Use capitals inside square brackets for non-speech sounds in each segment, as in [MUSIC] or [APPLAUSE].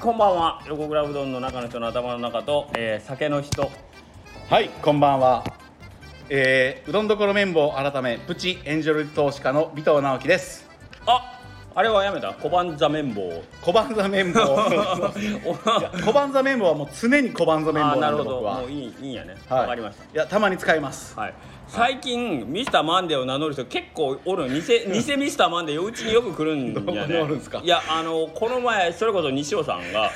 こんばんは横倉うどんの中の人の頭の中と、えー酒の人はい、こんばんは。えー、うどんどころ綿棒改めプチエンジェル投資家の尾藤直樹です。ああれはやめた小判座 [LAUGHS] 綿棒小判座 [LAUGHS] 綿棒。いや小判座綿棒はもう常に小判座綿あー棒ななるんほでど僕は。もういいいいんやねわ、はいかりましいやたまに使います。たはい最近ミスターマンデーを名乗る人結構おるの [LAUGHS] 偽偽ミスターマンデーうちによく来るんじゃどこねにおるんすかいやあのこの前それこそ西尾さん [LAUGHS] が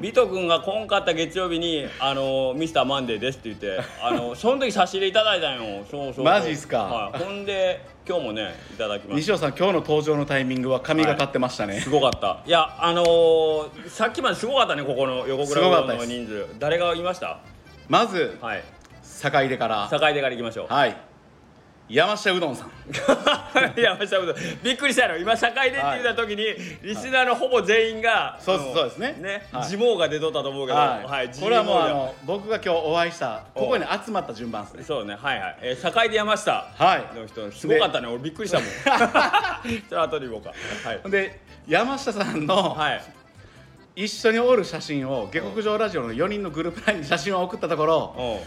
ビト君がこんかった月曜日にあの「ミスターマンデーです」って言ってあのその時差し入れいただいたんよそうそうそうマジっすかはい、ほんで今日もねいただきました西尾さん今日の登場のタイミングは髪が立ってましたね。すごかったいやあのーさっきまですごかったねここの横倉すごかうっどたんでのす人数誰がいましたまずはい坂出から。境出からいきましょうはい。山下うどんさん。いや [LAUGHS] 山下うどんびっくりしたやろ今境出って言った時に、リスナーのほぼ全員が、そうですあのそうですねね、はい自毛が出とったと思うけど、はい。はい、これはもう自あ毛がの僕が今日お会いしたここに集まった順番ですね。そうねはいはい、えー、境出山下はいの人すごかったね俺びっくり [LAUGHS] したもんじゃあ後で行こうかはい、で山下さんの、はい、一緒におる写真を下克上ラジオの4人のグループ LINE に写真を送ったところおう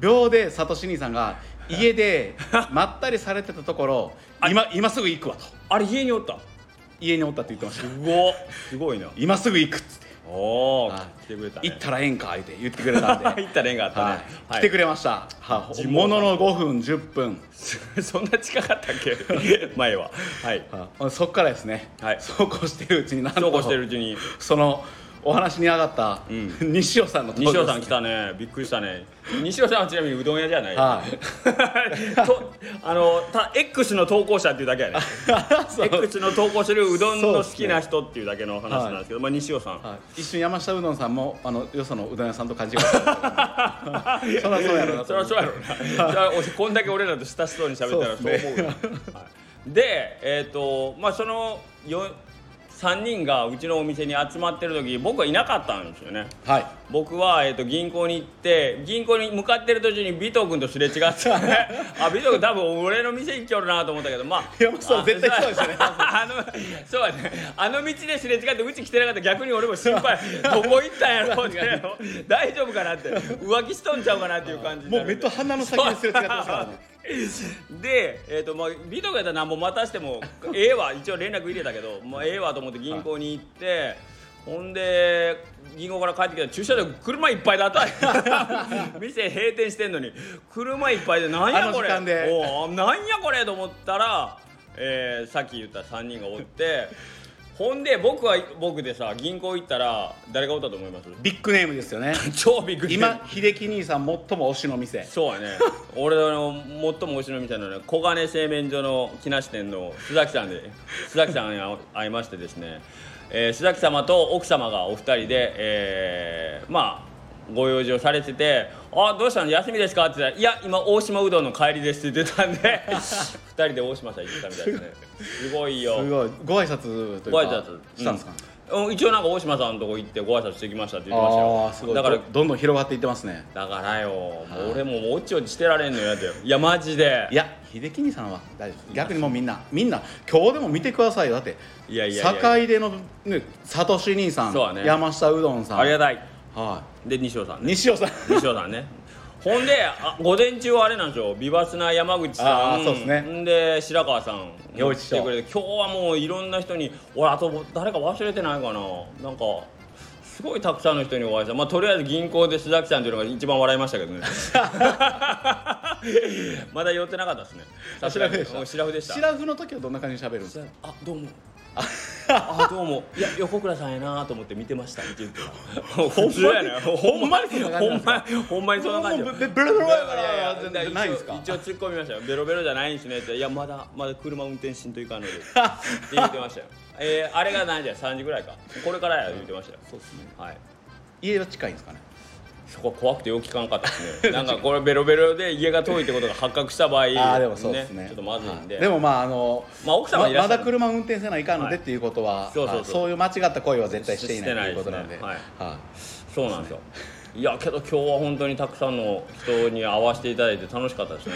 秒でサトシ兄さんが家でまったりされてたところ今今すぐ行くわとあれ家におった家におったって言ってましたすごっすごいな今すぐ行くっつっておおはい来てくれたね行ったらええんか言って言ってくれ [LAUGHS] たんで、はい行ったら縁があったね、来てくれました、は地い、元ものの5分10分、 [LAUGHS] そんな近かったっけ [LAUGHS] 前ははいはい、そっからですね、はいそうこうしてるうちになんとそうこうしてるうちにそのお話に上がった、ん [LAUGHS] 西尾さんの登西場尾ですさん来たねびっくりしたね西尾さんはちなみにうどん屋じゃない、は [LAUGHS] とあのた X の投稿者っていうだけや [LAUGHS] ね X の投稿してるうどんの好きな人っていうだけの話なんですけど、まあ、西尾さん、はい、一瞬山下うどんさんもあのよ [LAUGHS] そのうどん屋さんと勘違いしてたそらそうやろなそりゃそうやろうなじ [LAUGHS] ゃあおこんだけ俺らと親しそうに喋ったらそう思うよ、はい、でえっ、とまあそのよ3人がうちのお店に集まってる時僕はいなかったんですよねはい僕は、えー、と銀行に行って銀行に向かってる途中に尾藤君とすれ違って [LAUGHS] あ尾藤君多分俺の店行きよるなと思ったけどまあ山本さんあ絶対そうですよねあのそうやねあの道ですれ違ってうち来てなかったら逆に俺も心 [LAUGHS] 配どこ行ったんやろって大丈夫かなって浮気しとんちゃうかなっていう感じにもなうる目と鼻の先にすれ違ってますからねで、えーとまあ、ビトがやったら何も待たしてもええわ一応連絡入れたけど、まあ、ええわと思って銀行に行って、ほんで銀行から帰ってきたら駐車場車いっぱいだった [LAUGHS] 店閉店してんのに車いっぱいでなんやこれあの時間でおうなんやこれと思ったら、えーさっき言った3人がおってほんで僕は僕でさ銀行行ったら誰がおったと思いますビッグネームですよね超びっくり今秀樹兄さん最も推しの店そうやね俺の最も美味しいのみたいなのは黄金製麺所の木梨店の須崎さんで須崎さんに会いましてですね、えー須崎様と奥様がお二人で、えーまあご用事をされてて「あどうしたの休みですか?」って言ったら「いや今大島うどんの帰りです」って言ってたん [LAUGHS] で二人で大島さん行ったみたいですねすごいよすごいご挨拶というかご挨拶したんですか、うんうん一応なんか大島さんのとこ行ってご挨拶してきましたって言ってましたよああすごいだからどどんどん広がっていってますねだからよ、もう俺ももうおちおちしてられんのよだっていやマジでいや秀樹兄さんは大丈夫です逆にもうみんなみんな今日でも見てくださいよだっていやいやいや坂出のねサトシ兄さん、そうだね山下うどんさんありがたいはで西尾さんい、ね西尾さん西尾さんねほんであ午前中はあれなんですよ美スな山口さあんーそうですねんで白川さん陽一師匠来てくれて今日はもういろんな人に俺あと誰か忘れてないかななんかすごいたくさんの人にお会いした、まあ、とりあえず銀行で須崎さんというのが一番笑いましたけど [LAUGHS] ねまだ寄ってなかったですねあ白筆でしたうん白筆でしたシラフの時はどんな感じに喋るんですかあどうもあどうもいや横倉さんやなと思って見てま [LAUGHS] したって言ってたほんまに普通やねほんまにほんまにそほんまにほんまにそんな感んな感じもうベベロベロやからいやいや全然ないんすか一応一応突っ込みましたよベロベロじゃないんすねっていやまだまだ車運転しんといかんの [LAUGHS] でって言ってましたよえー、あれが何時や3時ぐらいかこれからや言ってましたよそうですねはい家は近いんですかねそこ怖くてよく聞かんかったですねなんかこれベロベロで家が遠いってことが発覚した場合ああでもそうですねちょっとまずいんで、はでもまああのまあ奥様いらっしゃるまだ車運転せないかんのはでいっていうことは、そうそうそうはいそういう間違った行為は絶対していなしいてないということなんでですねはいはそうなんですよ。いやけど今日は本当にたくさんの人に会わせていただいて楽しかったですね。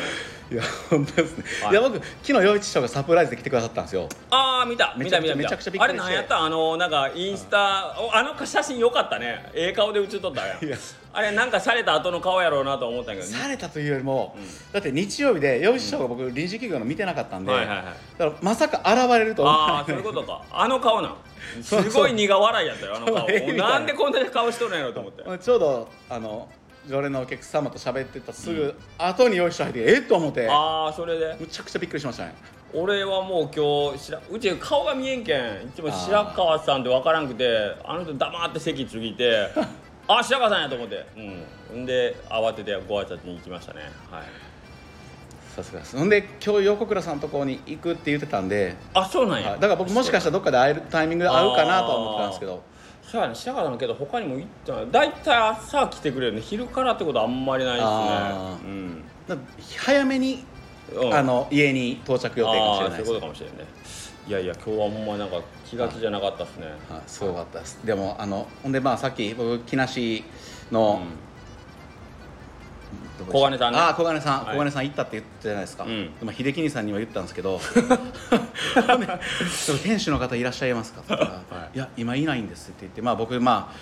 いいや本当ですね、、はいいや僕昨日陽一師匠がサプライズで来てくださったんですよああ見た見た見た見めちたゃくちゃびっあくれりしてなんやったあのなんかインスタおあの写真良かったねええ顔で写っとったやん [LAUGHS] いやあれなんかされた後の顔やろうなと思ったんやけどされたというよりも、だって日曜日で陽一師匠が僕臨時企業の見てなかったんで、はいはいはいだからまさか現れると思わあなあいそういうことかあの顔なんすごい苦笑いやったよあの顔 [LAUGHS] そうそうもうなんでこんな顔しとるんやろと思ってちょうどあの常連のお客様と喋ってたすぐ後に用意して入ってえっと思ってああそれでむちゃくちゃびっくりしましたね俺はもう今日しらうち顔が見えんけんいつも白川さんって分からんくてあの人黙って席つぎ [LAUGHS] てあ白川さんやと思ってうんんで慌ててご挨拶に行きましたねはいさすがですほんで今日横倉さんのところに行くって言ってたんであそうなんはいやだから僕もしかしたらどっかで会えるタイミングで会うかなとは思ってたんですけどそうやね白川さんけど他にも行ったら大体朝来てくれるの昼からってことはあんまりないですあーねうんだから早めに、うんあの家に到着予定かもしれあないーそういですうことかもしれないねいやいや今日はほんまなんか気が気じゃなかったですねはいすごかったですでもあのほんでまあさっき僕木梨の、どこでした小金さんねああ小金さん、はい小金さん行ったって言ったじゃないですか、んでも秀樹兄さんには言ったんで [LAUGHS] すけどほんでその店主の方いらっしゃいますか?」って言ったら「、はいや今いないんです」って言ってまあ僕まあ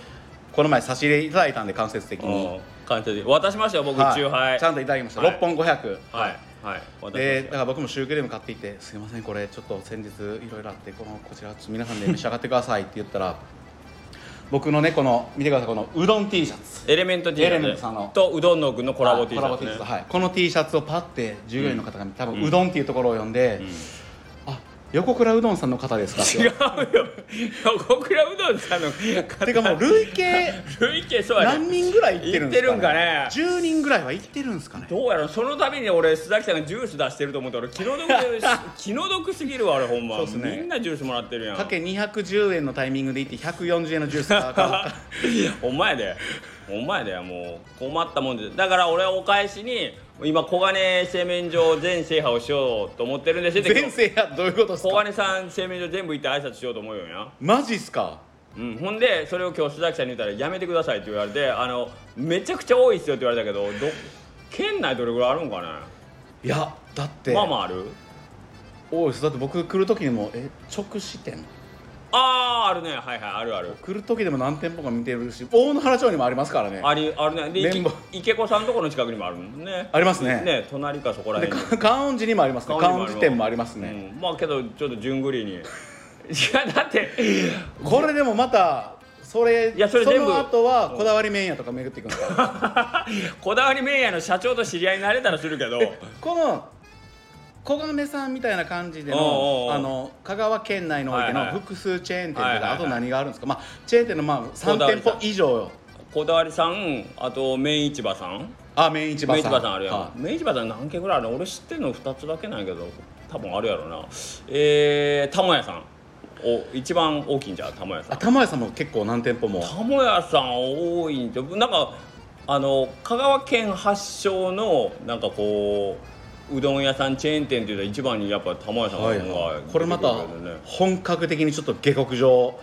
この前差し入れいただいたんで間接的うにん、感謝で渡しましたよ僕はい中杯ちゃんといただきました、はい6本500はいはい渡しましたでよだから僕もシュークリーム買っていて「すいませんこれちょっと先日いろいろあってこのこちらちょっと皆さんで召し上がってください」って言ったら僕のねこの見てくださいこのうどん T シャツエレメント T シエレメントさんャのツとうどんの具のコラボ T シコラャボツ T ねシャツはい、この T シャツをパッて従業員の方が多分うどんっていうところを呼んで、あ横倉うどんさんの方ですか [LAUGHS] 違うよ横倉うどんさんのてかもう累計累計そうやね [LAUGHS] 何人ぐらい行ってるんで行ってすか,、るんかね10人ぐらいは行ってるんですかねどうやろその度に俺須崎さんがジュース出してると思って俺気の [LAUGHS] 毒気の毒すぎるわあれほんまそうっすねみんなジュースもらってるやんかけ210円のタイミングで行って140円のジュース買う [LAUGHS] かお前でお前でもう困ったもんでだから俺はお返しに今小金製麺所全制覇をしようと思ってるんですって全制やどういうことです小か金さん製麺所全部行って挨拶しようと思うよな、マジっすかうん、ほんでそれを今日須崎さんに言ったら「やめてください」って言われてあの「めちゃくちゃ多いっすよ」って言われたけどど県内どれぐらいあるんかないやだって、まあまあある多いですだって僕来る時にもえ直視店あーあるねはいはいあるある来る時でも何店舗か見てるし大野原町にもありますからねありあるねでい綿棒池子さんのとこの近くにもあるもんねありますねね隣かそこらで辺にか観音寺にもありますね観音寺店もありますね、、うんまあけどちょっと順繰りに [LAUGHS] いやだってこれでもまたそれいやそれ全部の後はこだわり麺屋とか巡っていくん [LAUGHS] ですかこだわり麺屋の社長と知り合いになれたらするけどこの小金さんみたいな感じでおうおうおうのあの香川県内のおいてはいはのい複数チェーン店とはいはいはいかあと何があるんですか、まあ、チェーン店のまあこだわり3店さん舗以上よこだわりさんあと麺市場さんあ麺市場麺さん市場さんあるやんは麺市場さん何軒ぐらいあるの俺知ってるの2つだけなんやけど多分あるやろなえー、玉屋さんお一番大きいんじゃう玉屋さあん玉屋さんも結構何店舗も玉屋さん多いんじゃなんかあの香川県発祥のなんかこううどん屋さんチェーン店っていうのは一番にやっぱ玉屋さんが、はいはい、これまた本格的にちょっと下克上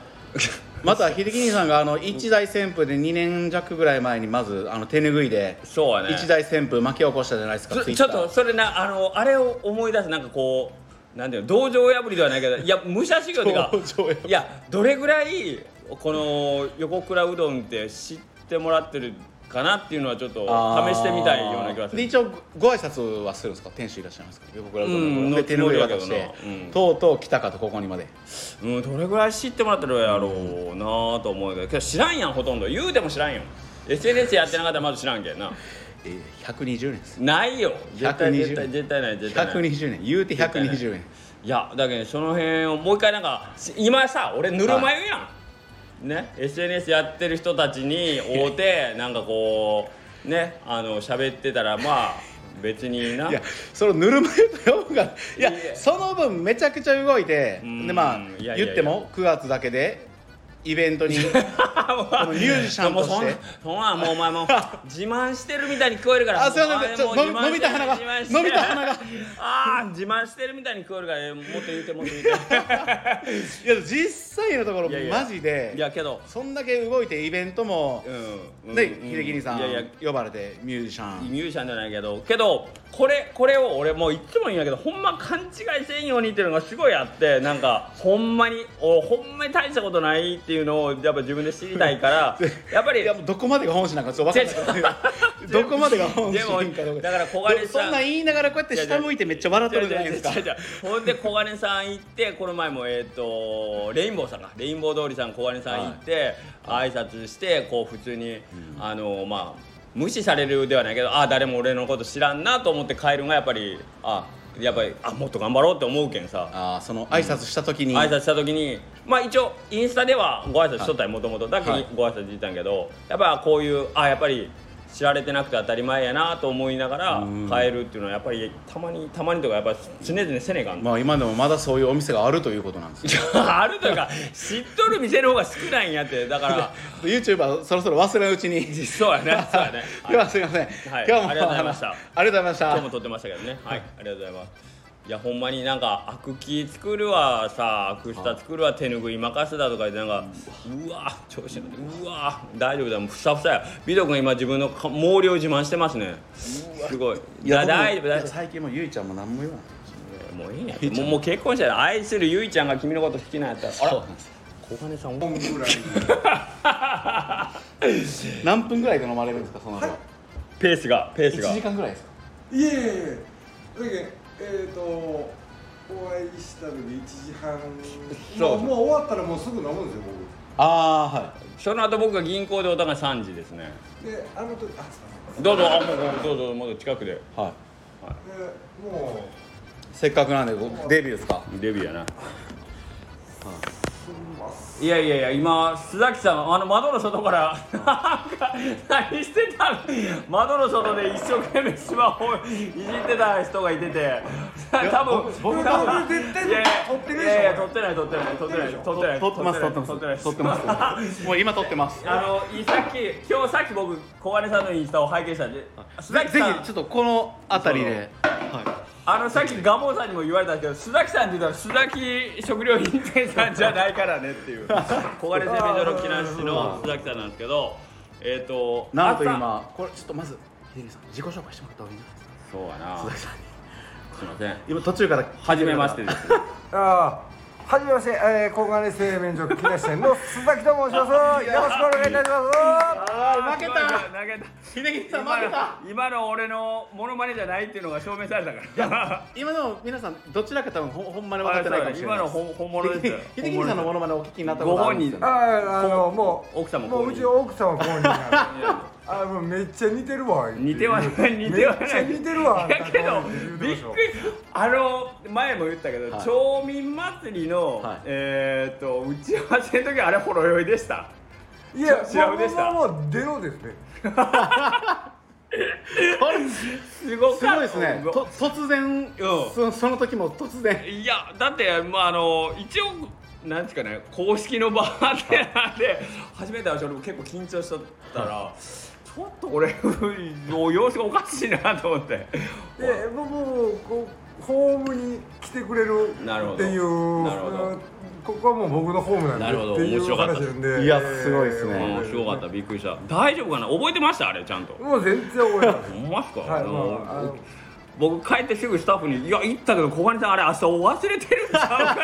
また秀樹兄さんがあの一大旋風で2年弱ぐらい前にまずあの手拭いでそうやね一大旋風巻き起こしたじゃないですかちょ Twitter ちょっとそれなあのあれを思い出すなんかこうなんていうの道場破りではないけどいや武者修行っていうか道場破りいやどれぐらいこの横倉うどんって知ってもらってるかなっていうのはちょっと試してみたいような気がすでる一応ごご挨拶はするんですか店主いらっしゃいますか僕らうどんのうんで手拭い渡しのつてもりやけどなうんとうとう来たかとここにまでうんどれぐらい知ってもらってるやろうなと思うけどけど知らんやんほとんど言うても知らんよ SNS やってなかったらまず知らんけんなえー120年ですないよ絶対120絶対絶対ない絶対ない120年言うて120円いやだけどその辺をもう一回なんかし今さ俺ぬるま湯やん、ね SNS やってる人たちに会うてなんかこうねあの喋ってたらまあ別にない [LAUGHS] やそのぬるま湯と呼ぶがいやいやその分めちゃくちゃ動いてうんでまあいやいやいや言っても9月だけでイベントに [LAUGHS] このミュージシャンとしもうてそんなそんなんもうお前 [LAUGHS] もう自慢してるみたいに聞こえるからあすいませんちょもう飲みもう飲みた鼻が自慢して飲みた鼻が [LAUGHS] あー自慢してるみたいに聞こえるからもっと言うてもっと言ういや実際のところいやいやマジで [LAUGHS] ていやけどそんだけ動いてイベントも、うんねうん秀樹兄さんいやいや呼ばれてミュージシャンミュージシャンじゃないけどけどこれこれを俺もういつも言うんやけどほんま勘違いせんようにっていうのがすごいあってなんかほんまにおほんまに大したことないっていうのをやっぱ自分で知りたいからやっぱりいやもうどこまでが本心なんかちょっと分かんない [LAUGHS] どこまでが本心かでどもうだから小金さんそんなん言いながらこうやって下向いてめっちゃ笑っとるじゃないですか違う違う違う違うほんで小金さん行ってこの前もえっ、とレインボーさんがレインボー通りさん小金さん行って、挨拶してこう普通に、あのまあ無視されるではないけどあ誰も俺のこと知らんなと思って帰るのがやっぱりあやっぱりあもっと頑張ろうって思うけんさあーその挨拶した時に、挨拶した時にまあ一応インスタではご挨拶しとったよもともとだけはどいご挨拶したんやけどやっぱこういうあやっぱり知られてなくて当たり前やなと思いながらうん変えるっていうのはやっぱりたまにたまにとかやっぱ常々せねえかん [LAUGHS] まあ今でもまだそういうお店があるということなんですよあるというか知っとる店の方が少ないんやってだから [LAUGHS] YouTuber そろそろ忘れないうちにそうやねそうやねはいでは [LAUGHS] すいません、今日もありがとうございました [LAUGHS] ありがとう今日もございました撮ってましたけどねはいありがとうございますいやほんまになんか悪気作るわさ悪舌作るわ手拭い任せだとか言ってなんかうわ調子乗ってうわ大丈夫だもうふさふさや美徳が今自分のか毛量自慢してますねすごいいや僕も大丈夫大いや丈最近もうゆいちゃんも何も言わない夫もういいやもうもう結婚したら愛するゆいちゃんが君のこと好きなんやったらあらなんです小金さん本ぐらい何分ぐらいで飲まれるんですかその後はペースがペースが1時間ぐらいですかいえいえだけどえっ、とお会いしたので1時半そうもうもう終わったらもうすぐ飲むんですよああーはいその後僕が銀行でお互い3時ですね僕であの時あすいどうぞあもうもうどうぞもう近くではい、ませんでもうせっかくなんでごデビューですかデビューやなすみませんいやいやいや今須崎さんあの窓の外からなんか何してたの窓の外で一生懸命スマホいじってた人がいてて多分僕多分僕絶対いやいや撮ってるでしいょやいや撮ってない撮ってない撮ってない撮ってるでしょ撮ってない撮ってます撮ってます撮ってない撮ってますもう今撮っ [LAUGHS] てますぜあのいさっき今日さっき僕小金さんのインスタを拝見したんで須崎ぜさひんちょっとこの辺りではあのさっき蒲生さんにも言われたんですけど須崎さんって言ったら須崎食料品店さんじゃないからねっていう [LAUGHS] 小金製麺所の木梨の須崎さんなんですけどえっ、といなんと今これちょっとまず秀樹さん自己紹介してもらった方がいいんじゃないですかそうやな鈴木さんにすいません今途中から初めまして [LAUGHS] ですああはじめまして、えー、小金製麺所木梨店の鈴崎と申しますよろしくお願いいたしますあー負けた負けた秀樹さん負今けたの今の俺のモノマネじゃないっていうのが証明された [LAUGHS] から今でも皆さんどちらか多分ほほんまに分か [LAUGHS] あってそうないかだもねしれ今ないの本本物です [LAUGHS] よ秀樹さんのモノマネお聞きになったことあごる本んです人よねあああのもう奥様公認もううち奥様公認なん [LAUGHS] でああもうめっちゃ似てるわ似てはない似てはないめっちゃ似てるわあんただけどこういうのび言っうてくまりあの前も言ったけど、はい町民祭りの、はいえー、っと打ち合わせの時あれほろ酔いでしたいやし調べでしたもうもうもう出ろですねこれすごかすごいですねと突然うんそその時も突然いやだってまああの一応なんですかね公式の場でなんで初めて私俺も結構緊張しとったらちょっと俺もう様子がおかしいなと思ってでもうもうこうホームに来てくれるっていうなるほどなるほどうんここはもう僕のホームなんでなるほどっていう面白かった話なんでいやすごいですねえー面白かったびっくりした大丈夫かな覚えてましたあれちゃんともう全然覚えないほんまっすか、はいあのまああの僕帰ってすぐスタッフに「いや行ったけど小金さんあれ明日忘れてるんちゃうか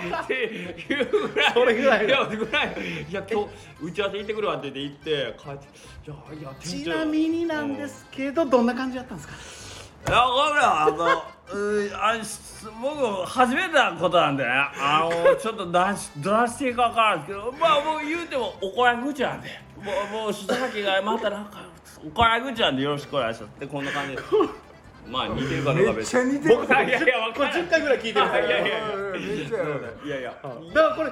らな」っていうぐらいそれぐらいいやぐらいいや今日打ち合わせ行ってくるわって言って行って帰って「いやいやちなみになんですけど、どんな感じだったんですか。いやほらあのうーあし僕初めてなことなんでねあのちょっと出し出していいか分からんですけどまあ僕言うても怒られ口なんでもうもう須崎がまたなんか怒られ口なんでよろしくお願いしますってこんな感じでまあ似てるかどうかめっちゃ似てる僕いやいや分こかられん十回ぐらい聞いてるんですいやいやうんめっちゃやばいいやいやよ。だからこ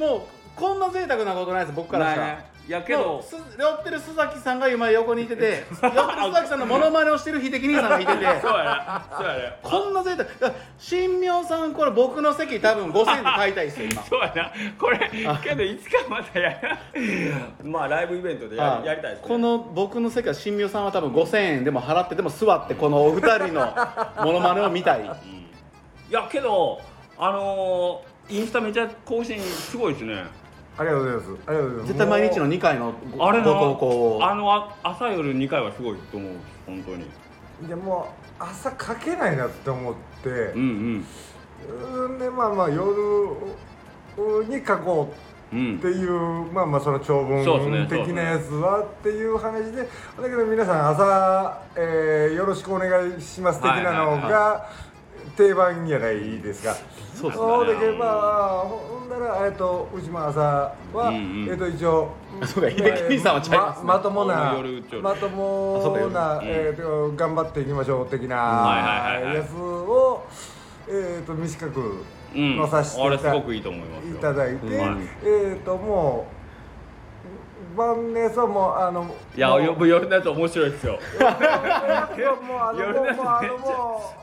れもうこんな贅沢なことないです僕からしないかね。いやけどもうす酔ってる須崎さんが今横にい [LAUGHS] てて酔ってる須崎さんのモノマネをしてる秀樹兄さんがいててそうやねそうやねこんな贅沢だから神妙さんこれ僕の席多分5000円で買いたいですよ今そうやなこれけどいつかまたやらまあライブイベントでやはいやりたいですねこの僕の席は神妙さんは多分5000円でも払ってでも座ってこのお二人のモノマネを見たいいやけどあのーインスタめちゃ更新すごいですねありがとうございますありがとうございます絶対毎日の2回のごあれご投の稿をあのあ朝夜2回はすごいと思う本当にもうでもう朝かけないなって思って、うんうんうん、でまあまあ夜に書こううってんいう、まあまあその長そうですねそう文です的ねなやつはっていう話でだけど皆さん朝、えーよろしくお願いします的なのはいはいが定番じゃないですか。そうですねそうでけばほんだらえっとうちも朝は、うんうんえっと一応そうかえー秀樹兄さんは違いますねままともな夜うちよりまあそとうかも夜な、うんえっと頑張っていきましょう的なはいはいはいはいやつをえっと短くうんのさせてあいれすた,、ごくいいと思いますよだいて、うんえっともう晩のやつはもうあのいやもうよ夜のやつ面白いですよもうあの夜ものうやつもうあの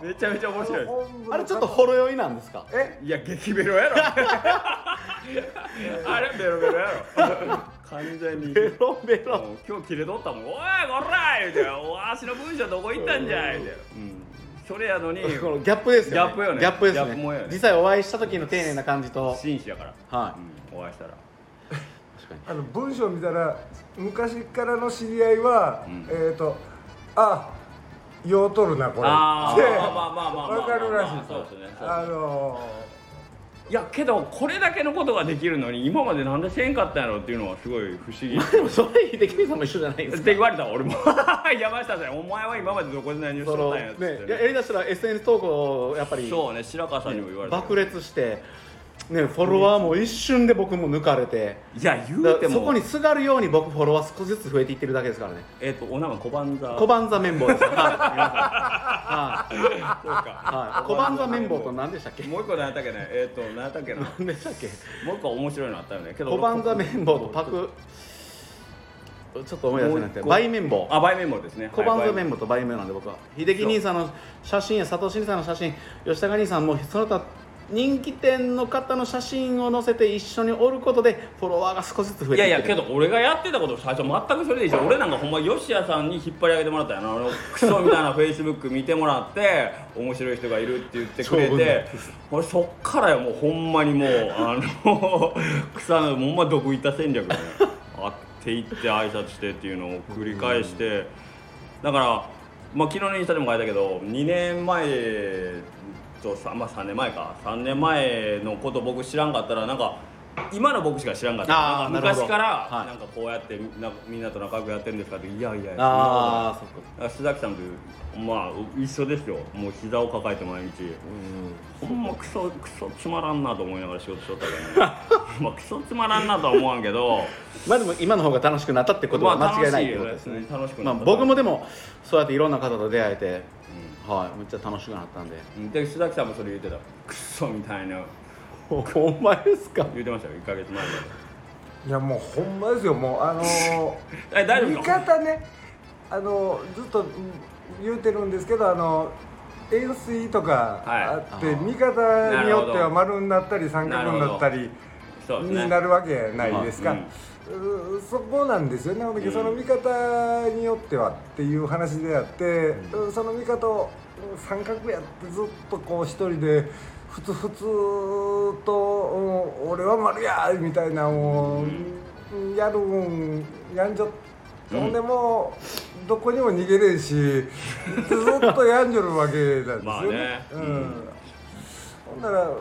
めちゃもうめちゃめちゃ面白いで本部のあれちょっとほろ酔いなんですかえすいや激ベロ [LAUGHS] やろあれベロベロやろ完全にベロベロもう今日切れとったもん「おいこら!」言うて「おわしの文章どこ行ったんじゃい」言うて、うん、それやのにこのギャップですよ、ね、ギャップよねギャップですギャップねもよね実際お会いした時の丁寧な感じと紳士やから、はうん、お会いしたらあの文章見たら昔からの知り合いは、んえっ、ー、とあようとるなこれあってーまあまあまあまあまあわかるらしいですそうですねそうあのいやけどこれだけのことができるのに今までなんでせんかったんやろっていうのはすごい不 [LAUGHS] 思議いでもそれ秀樹さんも一緒じゃないでっすて言かわれた俺も [LAUGHS] 山下さんお前は今までどこで何をしそとったのんやねっつって、ややりだしたら SNS 投稿をやっぱりそうね白川さんにも言われた、爆裂してねフォロワーも一瞬で僕も抜かれていや言だうかてらもそこにすがるように僕フォロワー少しずつ増えていってるだけですからねえっ、とお名前小判座小判座綿 [LAUGHS] 棒ですよはい皆そうかさんはいはい小判座綿棒と何でしたっけもう一個何やったっけねえっ、と何やったっけな何でしたっけもう一個面白いのあったよねけど小判座綿棒とパクちょっと思い出せなくてもう一個梅綿棒あバイメモですね小判座綿モ棒と梅綿棒なんで僕は秀樹兄さんの写真や佐藤慎さんの写真吉高兄さんもその他人気店の方の写真を載せて一緒におることでフォロワーが少しずつ増えていいってやるいやけど俺がやってたこと最初全くそれでいいし俺なんかほんま吉谷さんに引っ張り上げてもらったよなあのクソみたいなフェイスブック見てもらって面白い人がいるって言ってくれそうなんて俺そっからよもうほんまにもうあの [LAUGHS] 草のほんま毒板戦略で、ね、会って行って挨拶してっていうのを繰り返してだからまあ昨日のインスタでも書いたけど2年前とさまあ3年前か3年前のこと僕知らんかったらなんか今の僕しか知らんかったあーなんかなるほど昔から、はいなんかこうやってみんなみんなと仲良くやってるんですかっていやいやああそっかそんなことないだから須崎さんとまあ一緒ですよもう膝を抱えて毎日ほんまクソクソつまらんなと思いながら仕事しとったからね [LAUGHS] まあクソつまらんなとは思わんけどまあでも今の方が楽しくなったって [LAUGHS] ことはまあ間違いないってことですね,、楽しいよね楽しくまなあ、った僕もでもそうやっていろんな方と出会えて、はいめっちゃ楽しくなったんでで須崎さんもそれ言ってたクソみたいなお前ですか言ってましたよ1ヶ月前までいやもうほんまですよもうあのえ大丈夫見方ねあのずっとうん言うてるんですけどあの円錐とかはいあって、あー見方によなるってほどは丸になったり三角になったりそうですねになるわけないですか、まあうーそこなんですよねほんでうんその見方によってはっていう話であって、うんその見方をうん三角やってずっとこう一人でふつふつとうん「俺は丸や!」みたいなのをうんやるんやんじょほんでもうどこにも逃げれんしずっとやんじょるわけなんですよね。まあねうんほんならう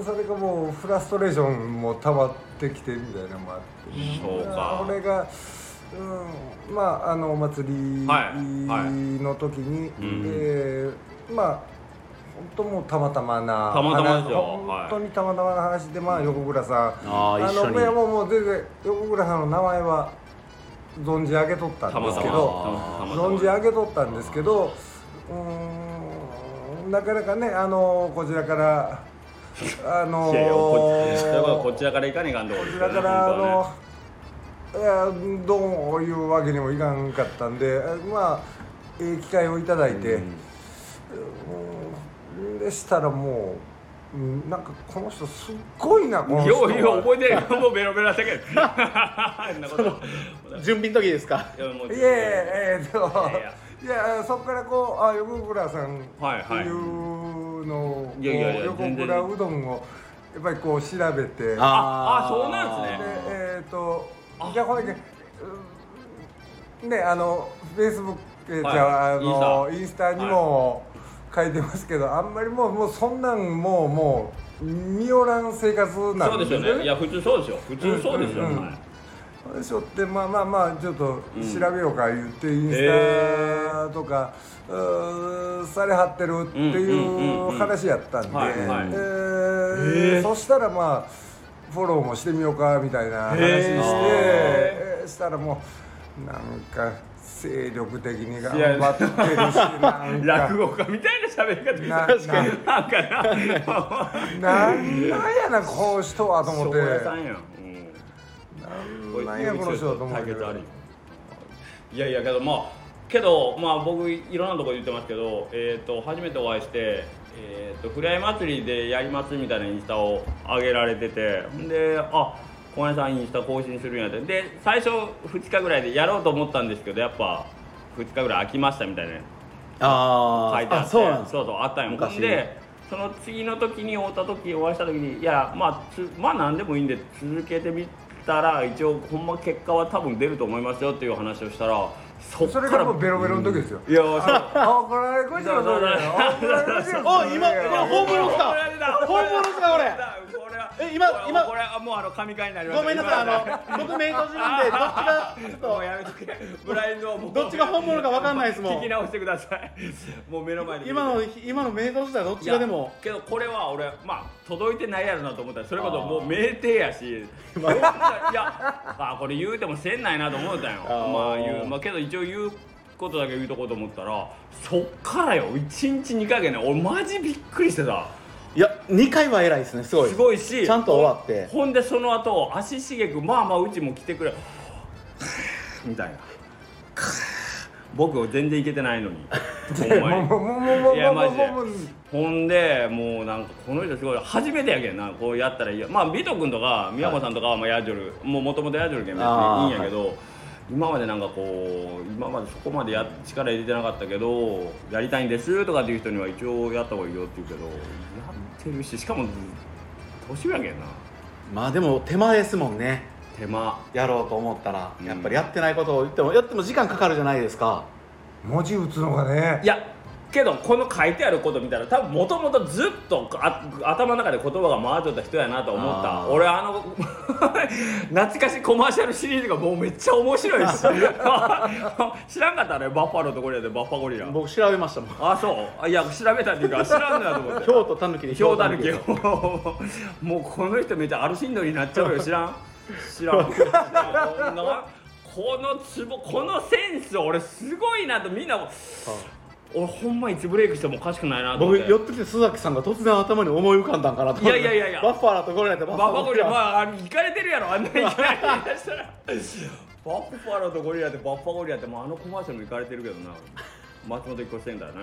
ーそれがもうフラストレーションも溜まってきてみたいなのもあってそうかこれが、うん、まああのお祭りはいはいの時に、んえーまあ本当もうたまたまなたまたまですよ話本当にたまたまな話で、まあ横倉さんあー一緒にのいやもうもう全然横倉さんの名前は存じ上げとったたんまですたまけたど。またま存じ上げとったんですけどうーんなかなかねあのこちらからあのいやいやこっちだからー、こちらから行かねえかんとこですよだねからあ本当はねの、いやどうもいうわけにもいかんかったんでまあええ機会をいただいて、うんでしたらもううんなんかこの人すっごいなこの人よはうよう覚えてるよもうベロベロだけ [LAUGHS] どそんなこと準備の時ですかいやもういやいやいやでもいやいやいやそこからこうあ横倉さんはいってはいいうのを、いやいやいやこう全然横倉うどんをやっぱりこう調べてああーそうなんですねでえっ、とじゃあほいでうんねあのフェイスブックえーはいじゃああのイインスタにも書いてますけど、あんまりもうもうそんなんもうもう見よらん生活なそんうですよねいや普通そうですよ普通そうですよ、うんうんうんはいそうでしょってまあまあまあちょっとうん調べようか言って、インへスタとか、うーされはってるっていんうんうんううん話やったんで、はいはいえへーーそしたらまあフォローもしてみようかみたいな話して、へーえーしたらもうなんか精力的に頑張ってるしなん落語家か。みたいな喋りな方ですななんか [LAUGHS] ななんなんやなこの人はと思っ昭て和さんやん、うんなんなんやこの人はと思っ対て決あるよいやいやけどまあけどまあ僕いろんなとこ言ってますけど、えー、と初めてお会いして「えー、とふれあい祭りでやります」みたいなインスタを上げられててほんであ小林さんインスタ更新するんやってで最初2日ぐらいでやろうと思ったんですけどやっぱ2日ぐらい空きましたみたいなあ書いてあっーてあそうなんですそうそうあったんよ昔ほんでその次の時に会った時お会いした時にいやまあつまあ何でもいいんで続けてみたら一応ほんま結果は多分出ると思いますよっていう話をしたらそっそかれがらもうベロベロの時ですよ、いやそうあ怒られるこいつもそうだよ怒られるこいつもおそうだよい今今本物来た本物来たこれこれはえ今これは今これはもうあの神回になりましたごめんなさいあの僕目閉じ [LAUGHS] るんでどっちがちょっもうとやめとけブラインドはもうどっちが本物かわかんないですもん聞き直してくださいもう目の前で今の今の目閉じたらどっちがでもけどこれは俺まあ届いてないやろなと思ったらそれこそもう名店やし [LAUGHS] いやあこれ言うてもせんないなと思ったんよあーまあ言う、まあ、けど一応言うことだけ言うとこうと思ったらそっからよ1日2か月ね俺マジびっくりしてたいや2回は偉いですねすごいすごいしちゃんと終わってほんでその後足しげくまあまあうちも来て [SIGHS] くれみたいな [SIGHS] 僕は全然いけてないのにほんまに [LAUGHS] もうもうもうもうもうもういやマジでもうもうほんでもうなんかこの人すごい初めてやけんなこうやったらいいやまあビト君とか宮本さんとかはまあヤジョルもうもともとヤジョルけん別あにいーいんやけど、今までなんかこう今までそこまでや力入れてなかったけどやりたいんですとかっていう人には一応やった方がいいよって言うけどやってるししかも年上やけんなまあでも手間ですもんね手間やろうと思ったらうんやっぱりやってないことを言ってもやっても時間かかるじゃないですか文字打つのがねいやけどこの書いてあること見たら多分もともとずっとあ頭の中で言葉が回っとった人やなと思っあたー俺あの [LAUGHS] 懐かしいコマーシャルシリーズがもうめっちゃ面白いし [LAUGHS] 知らんかったねバッファローとゴリラでバッファゴリラ僕調べましたもんあそうあいや調べたっていうか知らんのやと思 [LAUGHS] って京都たぬきでひょうたぬきでよ [LAUGHS] もうこの人めっちゃアルシンドになっちゃうよ知らん知 [LAUGHS] らん知らんこのツボこのセンス俺すごいなとみんな俺ほんまいつブレイクしてもおかしくないなと思僕って寄ってきて須崎さんが突然頭に思い浮かんだんかなと思っていやいやいやいやバッファラーとゴリラってババッッファファゴリラまああの行かれてるやろあんなにいきなり言い出したら [LAUGHS] バッファローとゴリラってバッファゴリラってもうあのコマーシャルも行かれてるけどな松本一子してんだよね、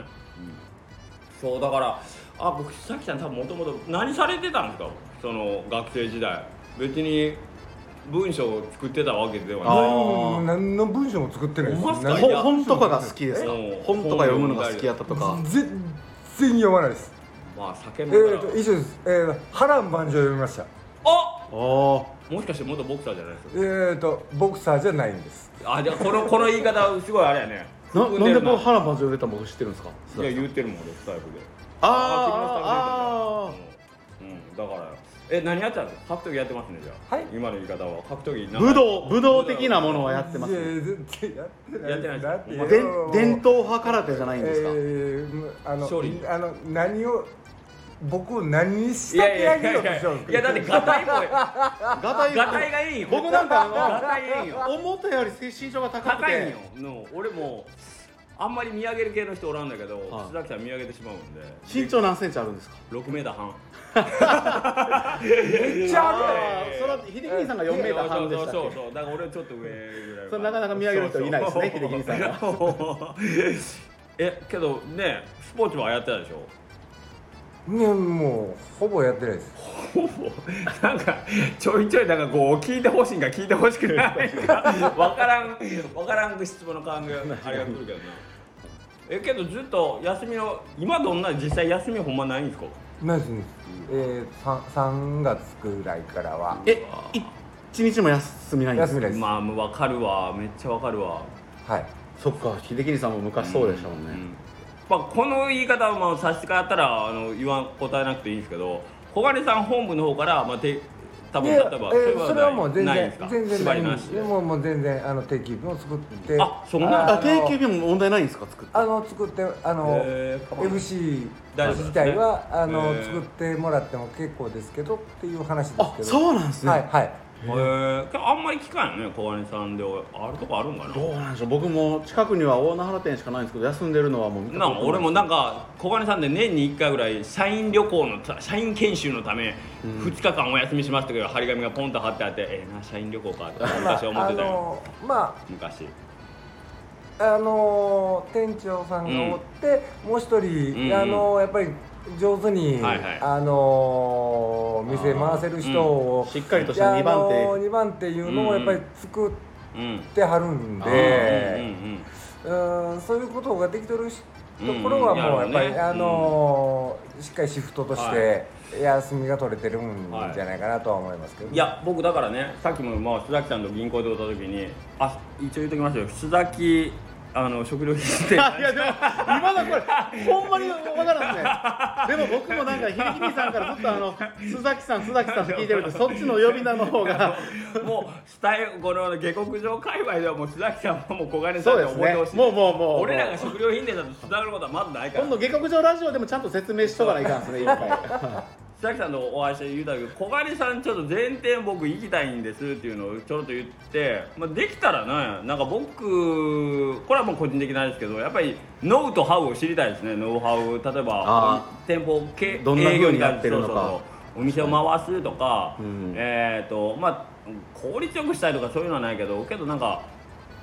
そうだからあ僕さきちゃん多分もともと何されてたんですかその学生時代別に文章を作ってたわけではないあ何何の文章も作ってないですほんまっすか何いやほ本とかが好きですかえ本とか読むのが好きやったとか全然読まないですまあ酒えもっ、から、ー、と一緒です、えー、波乱万丈読みましたあおもしかして元ボクサーじゃないですかえっ、ー、とボクサーじゃないんですあじゃあこのこの言い方すごいあれやねななんでこうう腹パンチ出たの僕知ってるんですか須いや崎さん言ってるもん俺スタイルであーあーあーうん、だからえ何やってたの格闘技やってますねじゃあ、はい今の言い方は格闘技なんか武道武道的なものはやってますいや全然やってないやってだないですってほんまで伝統派空手じゃないえんですか、ー、あの勝利あの何を僕を何にしいたやいてやあいげようとしやいてるんでやすかいやだってガタイも [LAUGHS] ガタイガタイがいいよ僕なんかあのガタイいいよ思ったより身長が高く高いんてよの俺もあんまり見上げる系の人おらんだけど、はい須崎さん見上げてしまうんで身長何センチあるんですか6メーター [LAUGHS] 半めっちゃあるねあーそれは秀樹兄さんが4メーター半でしたっそうそうけそうだから俺ちょっと上ぐらいそれなかなか見上げる人いないですねそうそう秀樹兄さんがえけどねスポーツはやってたでしょねもうほぼやってないですほぼなんかちょいちょいなんかこう聞いてほしいんか聞いてほしくないんか分からん分からん質問の感じがあれが来るけどなえけどずっと休みの今どんな実際休みほんまないんですかないですねえー、さ 3, 月くらいからはえ一日も休みないんです休みないです、まあ分かるわめっちゃ分かるわはいそっか秀樹兄さんも昔そうでしたもんね、うんまあ、この言い方はまあ差し支えあったらあの言わん答えなくていいんですけど小金さん本部の方から、まあ、て多分で例えばえーそれはもう全ないんで然すか全然縛りなないしでもうもう全然あの定期分を作ってあそんなあの定休日も問題ないんですか作ってあの作ってあの、へー FC 大丈夫なんですね自体はあの、へー作ってもらっても結構ですけどっていう話ですけどあそうなんですね、はいはいへえあんまり聞かんよね小金さんであるとこあるんかなどうなんでしょう僕も近くには大名原店しかないんですけど休んでるのはもう見たこなとんいか俺もなんか小金さんで年に1回ぐらい社員旅行のた社員研修のため2日間お休みしましたけど張り紙がポンと貼ってあってええな社員旅行かって昔思ってたよのまあ昔あの店長さんがおって、もう一人、うんうんあのやっぱり上手に、はいはいあの店回せる人を、しっかりとしいたや2番あの手二番手いうのをやっぱり作っうんてはるんうんうんで、うんうんそういうことができてるしうとんうんころはもうやっぱり、やるねあのしっかりシフトとして休みが取れてるんじゃないかなとは思いますけど、いや僕だからねさっきもまあ須崎さんと銀行でおった時にあ一応言っときましたよ須崎あの食料品店 [LAUGHS] いやでも今だこれほんまに分からんですねでも僕もなんか秀樹兄さんからずっとあの須崎さん須崎さんって聞いてるんでそっちの呼び名の方が [LAUGHS] もうスタイこの下克上界隈ではもう須崎さんはもう小金さそんうでです覚えねてほしい、もうもうもう俺らが食料品店だとつながることはまずないから今度下克上ラジオでもちゃんと説明しとかないかんですね一回須崎さんとお会いして言うたけど小金さんちょっと前転僕行きたいんですっていうのをちょろっと言って、まあ、できたらねなんか僕これはもう個人的なんですけどやっぱりノウとハウを知りたいですねノウハウ例えばあ店舗系どんな風に営業関やってるのかそうそうそうお店を回すとか、うんえっ、とまあ効率よくしたいとかそういうのはないけどけどなんか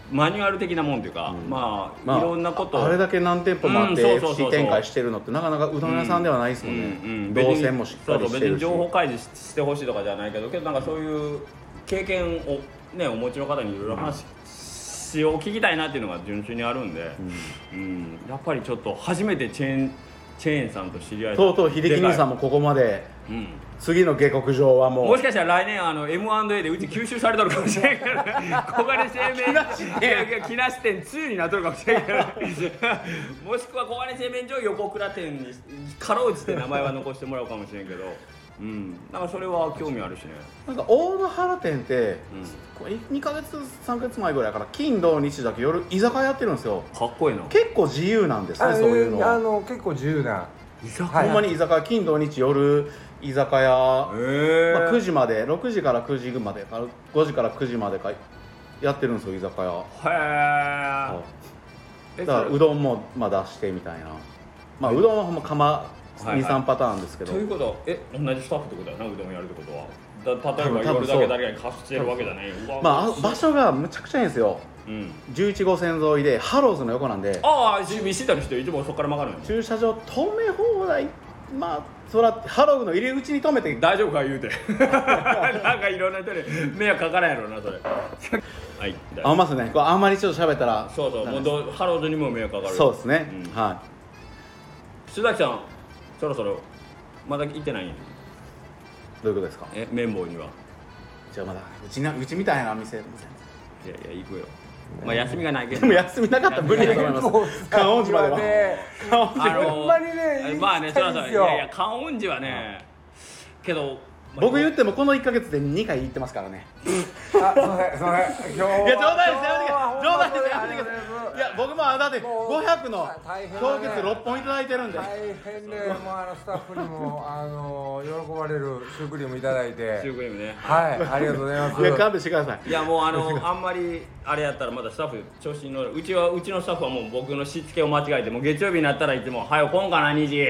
マニュアル的なもんというか、うんまあ、まあいろんなことをあれだけ何店舗もあっうてんそうそうそうそう FC 展開してるのってなかなかうどん屋さんではないですもんうんうんね別に動線もしっかりそしうてそう別るにし情報開示ししてほしいとかじゃないけどけどなんかそういう経験をねお持ちの方にいろいろ話しを聞きたいなっていうのが純粋にあるんで、うんやっぱりちょっと初めてチェーンチェーンさんと知り合いとうとう秀樹兄さんも、もここまでうん、次の下克上はももうしかしたら来年あの M&A でうち吸収されとるかもしれんから小金生命いやいや木梨店2になっとるかもしれんから [LAUGHS] もしくは小金製麺所を横倉店にかろうじて名前は残してもらうかもしれんけどうんなんかそれは興味あるしねなんか大野原店ってうん、これ2ヶ月3ヶ月前ぐらいから金土日だけ夜居酒屋やってるんですよかっこいいな結構自由なんですあねそういうのあはの結構自由な居酒はいほんまに居酒屋金土日夜居酒屋、えまあ、9時時まで6時から9時までか5時から9時までかやってるんですよ居酒屋へえだからうどんもまあ出してみたいなまあうどんはほんま釜はいはい23パターンですけど、ということはえ同じスタッフってことやなうどんやるってことはだ例えば多夜分だけ誰かに貸してるわけじゃないまああ場所がむちゃくちゃいいんですようん11号線沿いでハローズの横なんでああ見知ってる人いつもそこから曲がるん駐車場止め放題まあそらハロウの入り口に止めて大丈夫か言うて [LAUGHS] なんかいろんな人に迷惑かからんやろなそれはいあますねこうあんまりちょっと喋ったらそうそうもうどうハローズにも迷惑かかるそうですね、うんは須崎さんそろそろまだ行ってないんいどういうことですかえ綿棒にはじゃあまだうちなうちみたいな店いやいや行くよまあ休みがないけどでも休みなかったら無理だと思い結構ま使すう観音寺までは観音あ寺のほんまにねまあね行きそたらいそんでらいすよやいや観音寺はねけど、まあ僕言ってもこの1か月で2回行ってますからねあすいませんすいません今日はいや冗談です今日やはめてください冗談ですやめてくだほさいんまにいや僕もあだってもう500の大変氷だ結ね6本いただいてるんで大変で、もうあのスタッフにもあの喜ばれるシュークリームいただいシューて、クリームねはい、ありがとうございまいやす。勘弁してくださいいやもうあ [LAUGHS] のあんまりあれやったらまだスタッフ調子に乗るうちはうちのスタッフはもう僕のしつけを間違えてもう月曜日になったらいつも「はよこんかな2時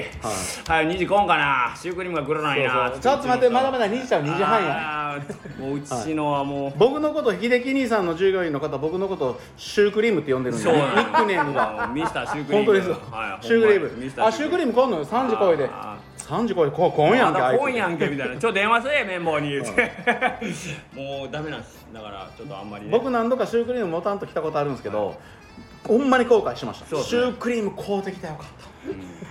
はよ2時こんかなシュークリームが来らないな」ちょっと待ってまだまだ2時ちゃう2時半ややもううちのはもう、僕のこと秀樹兄さんの従業員の方僕のことシュークリームって呼んでるんでそうニなのックネームがもうミスターシュークリー本ム当ですよはい、シュークリほんまにミスータムあシュークリーム来んのよ3時超えであ3時超えこ今夜やんけまあだいつ今やんけみたいなちょっと電話せえ綿棒に言うて [LAUGHS] もうダメなんですだからちょっとあんまり、ね、僕何度かシュークリーム持たんと来たことあるんですけど、ほんまに後悔しました、そうですシねュークリーム買うてきたらよかっ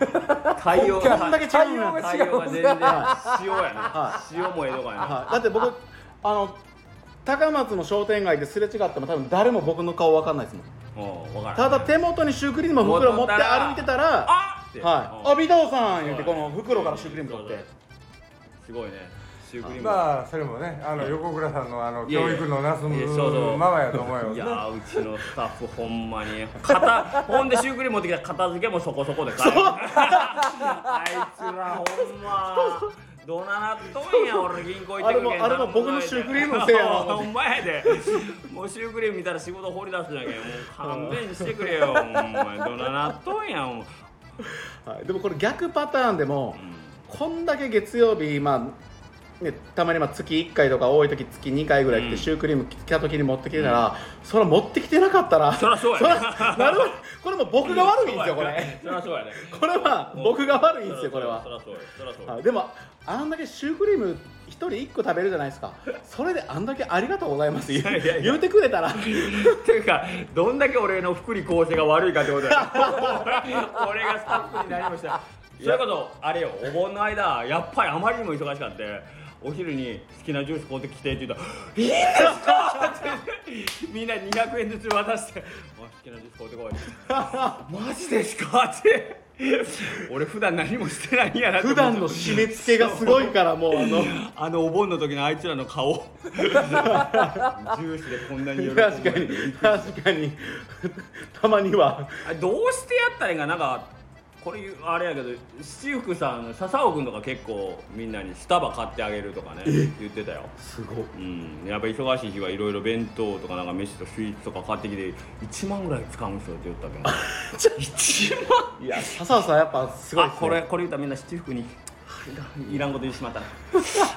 対応がこんだけ違うのよ対応が全然塩やな、は塩もええとかやな、た、はい、だって僕あの高松の商店街ですれ違っても多分誰も僕の顔分かんないですもんもう分からんただ手元にシュークリームの袋持って歩いてたら「あっって、はうい、んあ尾藤さん!」言ってこの袋からシュークリーム取ってすごいねシュークリーム、まあそれもね、あの横倉さんのあのいやいや教育のなすいやそうそうママやと思いまいすやね。ーうちのスタッフほんまに片ほんでシュークリーム持ってきたら片付けもそこそこで帰るあいつらほんまどななっとんや俺銀行行ってくるけんあれもあれも僕のシュークリームのせいや [LAUGHS] なほんまやでもうシュークリーム見たら仕事放り出すじゃんけんもう勘弁してくれよほんまにどななっとんやもう、はい、でもこれ逆パターンでも、うんこんだけ月曜日まあね、たまにまあ月1回とか多い時月2回ぐらい来うてんシュークリーム来た時に持ってきてたら、それ持ってきてなかったらそらそうやねら [LAUGHS] なるほどこれもう僕が悪いんですよこれそりゃそうやねこれは僕が悪いんですよこれはそりゃそうやそりゃそうやはいでもあんだけシュークリーム1人1個食べるじゃないですかそれであんだけありがとうございます言ういやいやいや言うてくれたらっていうかどんだけ俺の福利厚生が悪いかってことだよ [LAUGHS] 俺がスタッフに何もしたらそれこそあれよお盆の間やっぱりあまりにも忙しかってお昼に好きなジュース買うてきてって言ったら「いいんですか!」ってみんな200円ずつ渡して「お前好きなジュース買うてこい」 [LAUGHS] マジですか?」って俺普段何もしてないんやなって思普っ段の締め付けがすごいからもうあの [LAUGHS] あのお盆の時のあいつらの顔 [LAUGHS] ジュースでこんなに喜ぶ確かに確かにたまにはあれどうしてやったらいいんかなんかこれ言うあれやけど七福さん笹尾君とか結構みんなにスタバ買ってあげるとかね言ってたよすごいうんやっぱ忙しい日はいろいろ弁当とかなんか飯とスイーツとか買ってきて1万ぐらい使うんすよって言ったけど [LAUGHS] 1万いや、笹尾さんやっぱすごいあです、ね、これこれ言ったらみんな七福にあいらんこと言ってしま [LAUGHS] ったな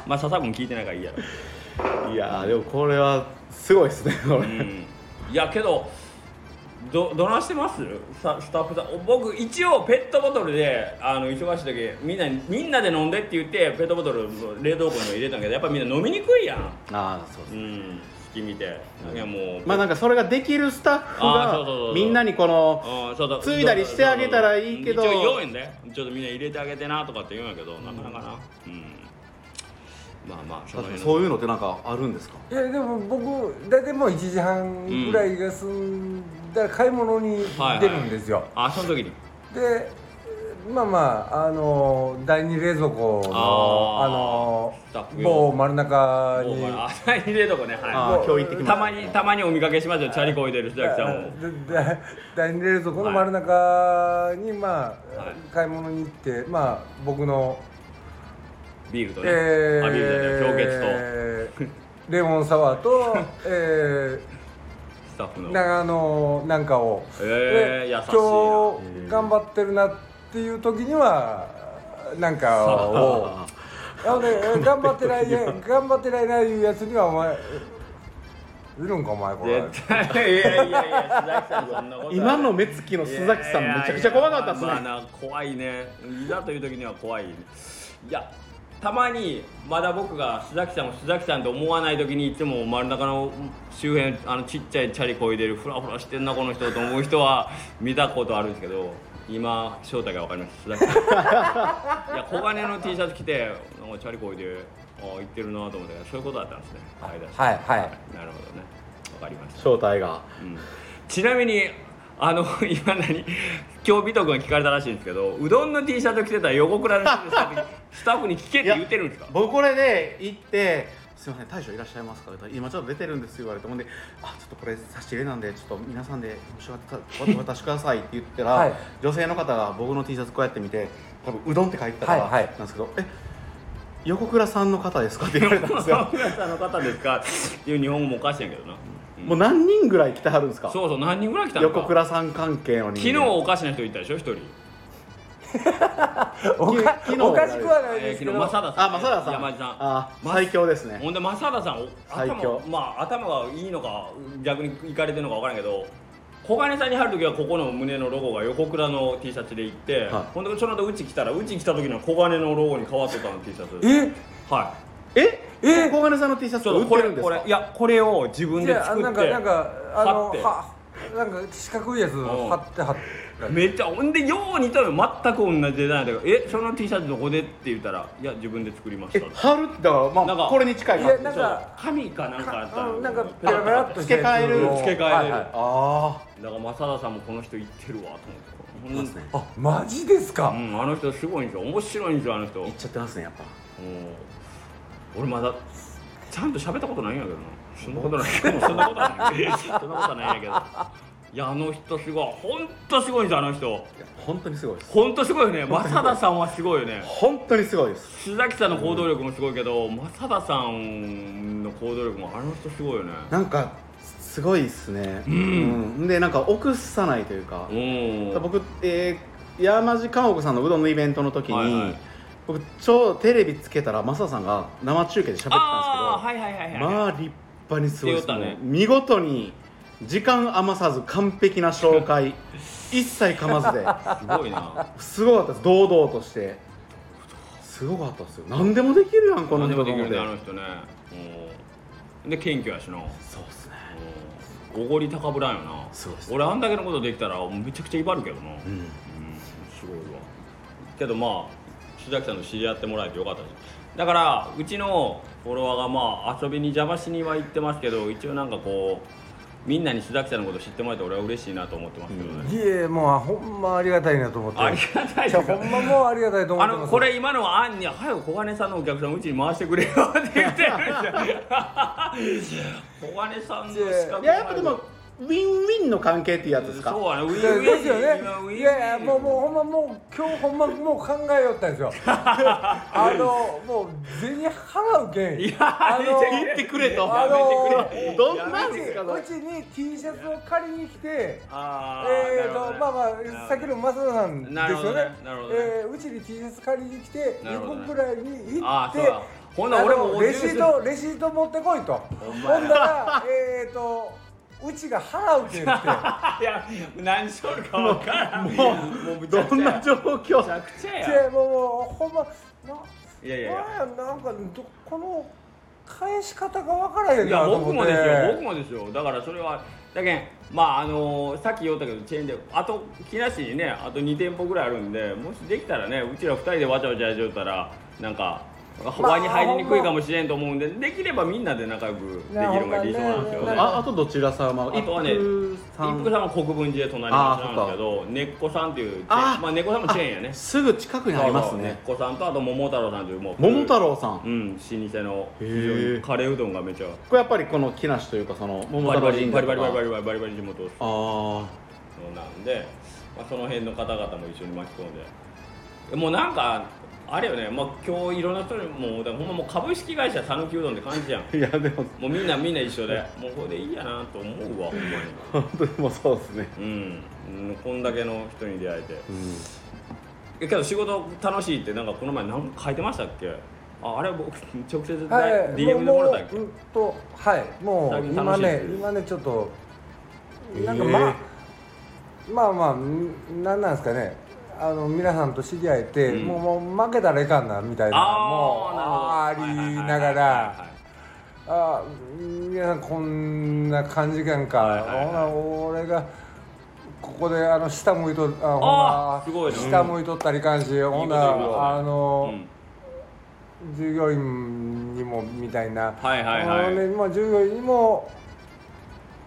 まあ笹尾君聞いてないからいいやろいやーでもこれはすごいですねこれうんいやけどどどなしてますさスタッフさん僕一応ペットボトルであの忙しい時みんなにみんなで飲んでって言ってペットボトル冷凍庫にも入れたんけどやっぱみんな飲みにくいやんああそうでうん隙見ていやもうまあなんかそれができるスタッフあーそうそうそうそがうみんなにこのうんそうだついだりしてあげたらいいけど一応言うんでちょっとみんな入れてあげてなとかって言うんやけどなかなかなうん、まあまあその辺のそういうのってなんかあるんですかいやでも僕大体もう1時半ぐらいが済んだら買い物にはいはい出るんですよ。あその時にでまあまああの第二冷蔵庫のあースタあッフの用某真ん中もうにまあ [LAUGHS] 入れとこねはいああ今日行ってきまたしまにたまにお見かけしますよチャリこいでる須崎さんをでで第二冷蔵庫の真ん中にまあ、はい買い物に行ってまあ僕のビールとね、えあビールじゃない氷結ーレモンサワーと、 [LAUGHS] えとスタッフー、の長野なんかを、えーで優しいな今日頑張ってるなっていう時にはなんかをあなのでえー頑張ってないね頑張ってないないうやつにはお前いるんかお前これ絶対いやいやいや須崎さんそんなことはー今の目つきの須崎さんいやいやいやめちゃくちゃ怖かったですね、まあな怖いねいざという時には怖いいやたまにまだ僕が須崎さんを須崎さんと思わない時にいつも真ん中の周辺あのちっちゃいチャリこいでるフラフラしてんなこの人と思う人は見たことあるんですけど今正体が分かります須崎さんいや小金の T シャツ着てなんかチャリこいでああ行ってるなと思ってそういうことだったんですねはいはいはいなるほどね分かりました正体がうんちなみにあの今何今日尾藤君が聞かれたらしいんですけどうどんの T シャツ着てた横倉の人ですかってスタッフに聞けって言ってるんですか僕これで行ってすいません大将いらっしゃいますか?」って言ったら今ちょっと出てるんです」よ言われてほんで「あちょっとこれ差し入れなんでちょっと皆さんでもしよかったらお渡しください」って言ったら、はい女性の方が僕の T シャツこうやって見て多分うどんって書いてたからはいなはいんですけど「え横倉さんの方ですか?」って言われたんです [LAUGHS] よさんの方ですかっていう日本語もおかしいんやけどな、うんもう何人ぐらい来てはるんですかそうそう何人ぐらい来たのか横倉さん関係の昨人日おかしな人いたでしょ一人おか昨日おかしくはないえー昨ですけ日ど、正田さんあ正田さん山地さんあ最強ですねほんで正田さんお最強頭まあ頭がいいのか逆にいかれてるのか分からんけど小金さんに貼るときはここの胸のロゴが横倉の T シャツで行って、はいほんでその後うち来たらうち来た時の小金のロゴに変わってたの T シャツえはええ小金さんの T シャいツ売ってるんですこれかいやこれを自分じでゃあ作なんっかてなんかあの貼ってはなんか四角いやつ貼って貼ってめっちゃほんでよう似たのよ全く同じデザインだけど「えその T シャツどこで?」って言ったら「いや自分で作りましえた」って貼るってだからなまんあかこれに近い感じでいやしそょなうんか紙かなんかあったうんなんかペペラペラっとした付やつけ替えるを付け替えれるはいはいあだから正田さんもこの人言ってるわと思ってあますねあマジですか、うん、あの人すごいんですよ面白いんですよあの人いっちゃってますねやっぱうん俺まだちゃんと喋ったことないんやけどなそんなこと [LAUGHS] ないけどそんなことないそんなことないんやけどいやあの人すごいほんとすごいんですよあの人いや本当にすごいですほんとすごいよね正田さんはすごいよね本当にすごいです須崎さんの行動力もすごいけど、正田さんの行動力もあの人すごいよねなんかすごいですねうんでなんか臆さないというかうん僕えー山地韓国さんのうどんのイベントの時はいはにい僕超テレビつけたらマサさんが生中継で喋ってたんですけどああはいはいはいはい、まあ立派にすごいですって言うたねもう見事に時間余さず完璧な紹 [LAUGHS] 介一切かまずですごいなすごかったです堂々としてすごかったですよ何でもできるやんこの何で人もとできる思ってねあの人ねうんで謙虚やしなそうっすねうんおごり高ぶらんよなそうです俺あんだけのことできたらめちゃくちゃ威張るけどなうん、うんすごいわけどまあ須崎さんと知り合ってもらえてよかったしだからうちのフォロワーがまあ遊びに邪魔しには行ってますけど一応なんかこうみんなに須崎さんのこと知ってもらえて俺は嬉しいなと思ってますけどね、いえもうほんまありがたいなと思ってありがたいじゃであすよほんまもうありがたいと思あってますのこれ今のはあんに「早く小金さんのお客さんうちに回してくれよ」って言ってるじゃん小金さんの資格いややっぱでもウィンウィンの関係っていうやつですかそうはねウ [LAUGHS] ィいンやウィンですよ今ウィンウィンねいやいやもうもうほんまもう今日ほんまもう考えよったんですよあのもう銭払うけんいやあの言ってくれとあやのめてくれどんやなんめてですかそれうちに T シャツを借りに来てあーえーとまあまあさっきの増田さんですなるほどよねねなるほどねえーうちに T シャツ借りに来てなる2ほど個ねくらいに行あっーそうてだほんなら俺もあのお重レシートレシート持ってこいとほんならえーとうちが払うけんって [LAUGHS] あいや何しとるか分からんもうむちゃくちどんゃなや状況むちゃくちゃじやゃあもうほんまないいやいやいやなんかどこの返し方がわからへんいなやと思僕っもてですよ僕もですよだからそれはだけんまああのさっき言ったけどチェーンであと木梨にねあと2店舗ぐらいあるんでもしできたらねうちら2人でわちゃわちゃやっちゃったらなんか輪に入りにくいかもしれんと思うんでできればみんなで仲良くできるのが理想なんですよねなるほどねああとどちら様はあとはね一さん服さんは国分寺で隣町なんですけど猫さんっていうチェーンあまあ猫さんもチェーンやねすぐ近くにありますね猫さんとあと桃太郎さんというもう桃太郎さんうん老舗の非常へにえカレーうどんがめちゃこれやっぱりこの木梨というかその桃バリ太バリバ郎神社リバリバとリバかリバリバリバリ地元あーなんで、まあ、その辺の方々も一緒に巻き込んでもうなんかあれよね、まあ、今日いろんな人にもうだからほんまもう株式会社讃岐うどんって感じじゃんいやでももうみんなみんな一緒でもうこれでいいやなと思うわほんまに本当にもうそうですねうん、うん、こんだけの人に出会えてうんえけど仕事楽しいってなんかこの前何か書いてましたっけああれ僕直接、はい、 DM でもらったっけもううんとはいも最う近楽今しいでねす今ねちょっとえーなんかまあ、まあまあんなんなんですかねあの皆さんと知り合えて、うんもうもう負けたらいかんなみたいなもうああーなるほどりながらあ皆さんこんな感じかんか、はいはいはいほな俺がここであの下向いとあほあーなすごいな下向いとったりかんし、いほこと言ないますねあうの、ん従業員にもみたいな、はいはいはいあのねまあ、従業員にも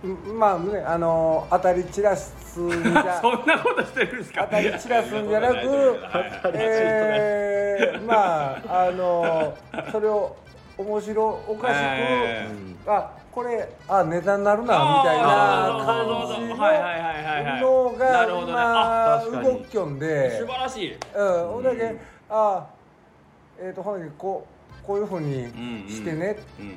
んまあねあの当たり散らすんじ [LAUGHS] ゃそんなことしてるんですか当たり散らすんじゃなくはいはいえー、まああのそれを面白おかしく、えあこれあ値段なるなみたいあなー感そうそうそうじのはいはいはいはいはいのなるほどねがあ確か今に動きょんで素晴。らしいうん、ほんだけあえっ、とほんだけこうこういうふううんうんにしてねうんっ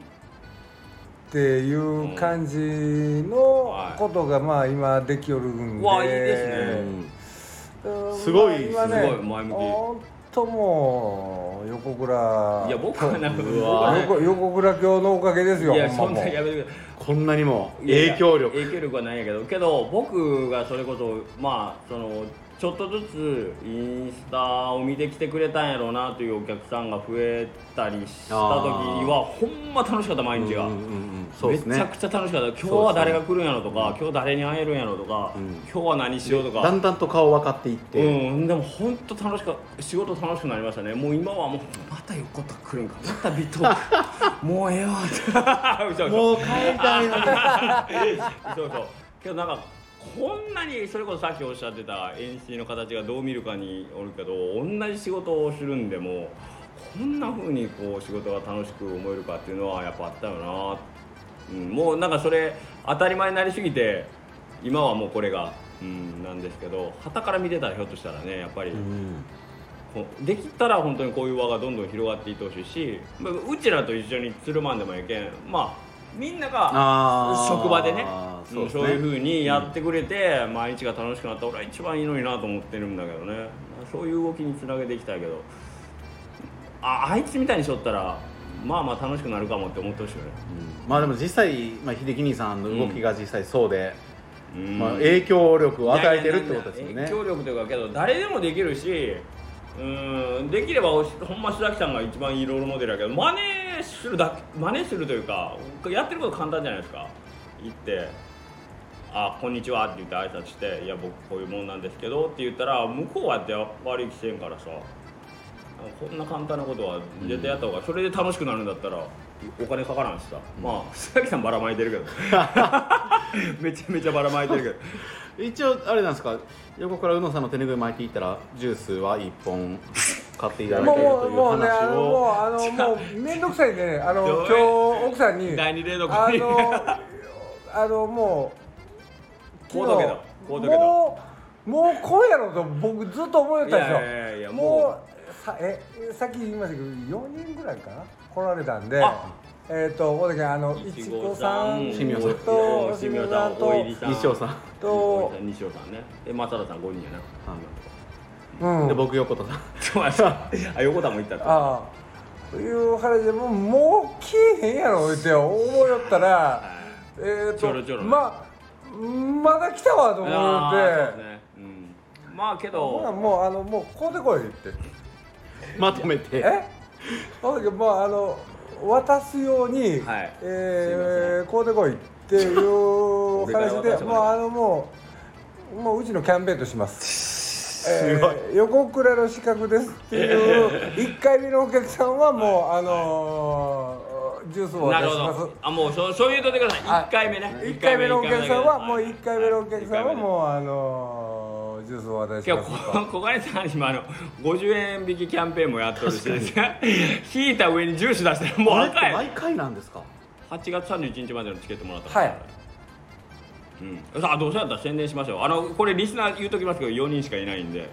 ていう感じのことがまあ今できよるんで、うわいいですねうんすごいまあ今ねすごい前向きほんともう横倉いや僕はなんかう僕はわね横横倉教のおかげですよいやほそんんまなもうやめてくださいこんなにもいやいや影響力影響力はないんやけどけど僕がそれこそまあそのちょっとずつインスタを見てきてくれたんやろうなというお客さんが増えたりした時にはほんま楽しかった毎日が、うんうんうんそうですめちゃねくちゃ楽しかった今日は誰が来るんやろとか、今日誰に会えるんやろとか、今日は何しようとかだんだんと顔分かっていって、うん、でも本当楽しか仕事楽しくなりましたねもう今はもうまた横田来るんかまたビット [LAUGHS] もうええわって嘘嘘もう帰りたいのにそうそうけどなんかこんなにそれこそさっきおっしゃってた演出の形がどう見るかにおるけど同じ仕事をするんでもこんな風にこう仕事が楽しく思えるかっていうのはやっぱあったよな、うん、もうなんかそれ当たり前になりすぎて今はもうこれが、うん、なんですけど傍から見てたらひょっとしたらねやっぱり、こうできたら本当にこういう輪がどんどん広がっていってほしいしまあうちらと一緒につるまんでもいけんまあみんながあー職場でねそううんですそねういうふうにやってくれて、毎日が楽しくなった俺は一番いいのになと思ってるんだけどねまあそういう動きにつなげていきたいけどああいつみたいにしとったらまあまあ楽しくなるかもって思ってほしいよね、まあでも実際、まあ、秀樹兄さんの動きが実際そうで、うんまあ、影響力を与えてるってことですよいやいやいやね影響力というかけど誰でもできるしうんできればおしほんま須崎さんが一番いいロールモデルやけど真似するだけ真似するというかやってること簡単じゃないですか行って「あこんにちは」って言って挨拶して「いや僕こういうもんなんですけど」って言ったら向こうはって悪い気せんからさこんな簡単なことは絶対やった方が、それで楽しくなるんだったらお金かからんしさ、まあ須崎さんばらまいてるけど [LAUGHS] めちゃめちゃばらまいてるけど一応あれなんですか横から宇野さんの手拭い巻いていったらジュースは1本買っていただけもるといううもうねあ話のもをうあのもう面倒くさいんでねあのどう今日奥さんに第二冷蔵庫あにのあのもうこうだけどこうだけどもうもうこうやろうと僕ずっと思ってたんですよいやいやいやももうさえさっき言いましたけど4人ぐらいかな来られたんであえっ、とこうだけあのいいちちごごささん、んしみおさんとしみおさん、とおいりさん、西尾さんとおいりさん西尾さんね、で松田さん五人やな。うんで僕横田さんちょ待 [LAUGHS] ってあ横田も行ったと。ああという話でもうもう来えへんやろって思いよったらえーちょろちょろとままだ来たわと思あーそうでっすてね。うんまあけほなど、もうあのもうこうでこいってまとめてえほんでもうあの渡すように、はいえーこうでこいっていう [LAUGHS] 俺から渡して話もらでえもうあのもうもううちのキャンペーンとします。 [LAUGHS] えごいー、横倉の資格ですっていう1 [LAUGHS] 回目のお客さんはもう、あのージュースをおな渡るしほしますど。あもうそうそう言うとってくださ。はい一回目ね。 1回目のお客さんはもう1一回目のお客さんはう。もうあのージュースをお渡しし今ま日すこ小金さん今あの50円引きキャンペーンもやっとるし、 [LAUGHS] 引いた上にジュース出したらもうこれって赤い。毎回なんですか8月31日までのチケットもらったからはいうん、さあどうせやったら宣伝しましょうあのこれリスナー言うときますけど4人しかいないん [LAUGHS] で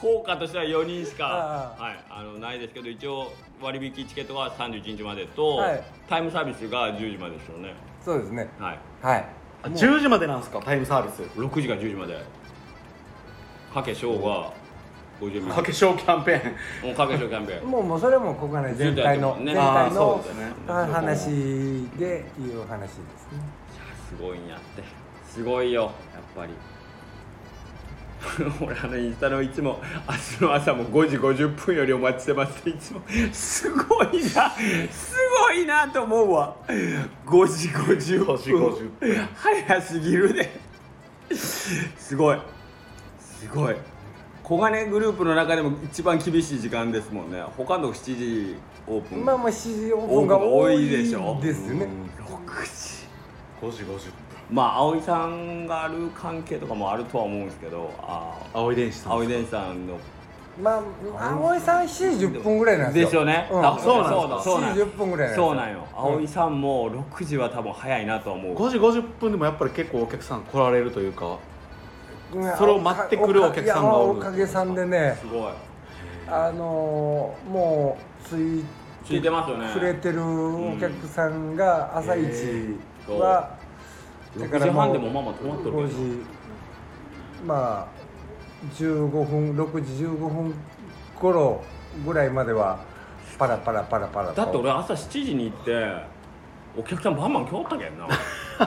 効果としては4人しか、ああはい、あのないですけど一応割引チケットが31日までと、はいタイムサービスが10時までですよね、そうですねはい、はいあ10時までなんですかタイムサービス6時から10時までかけしょうが50秒かけ小キャンペーンもうかけしょうキャンペーンもうもうそれはもう国内全体のずっと全やあっ体あのそうですねあ話でいう話ですね。すごいんやってすごいよやっぱり [LAUGHS] 俺あのインスタのいつも明日の朝も5時50分よりお待ちしてますっていつもすごいなすごいなと思うわ5時50分5時50分早すぎるですごいすごい小金グループの中でも一番厳しい時間ですもんね他の7時オープンまあまあ7時オープンが多いですよ多いでねしょ6時5時50分まあ葵さんがある関係とかもあるとは思うんですけどあ青い電子ーさん葵電子さんのまあ葵さん7時10分ぐらいなんでですすよよね、うん多分そうなんそうだですよそうなん7時10分ぐらいなんですよそうなんよ葵さんも6時は多分早いなと思う5時50分でもやっぱり結構お客さん来られるというかうんそれを待ってくるお客さんがおるいやおかげさんでねすごいあのーもうついついてますよねくれてるお客さんが朝う一は、んだえーからう6時半でもまあまあ止まっとるけど5時まあ15分6時15分頃ぐらいまではパラパラパラパラとだって俺朝7時に行ってお客さんバンバン来おったけんな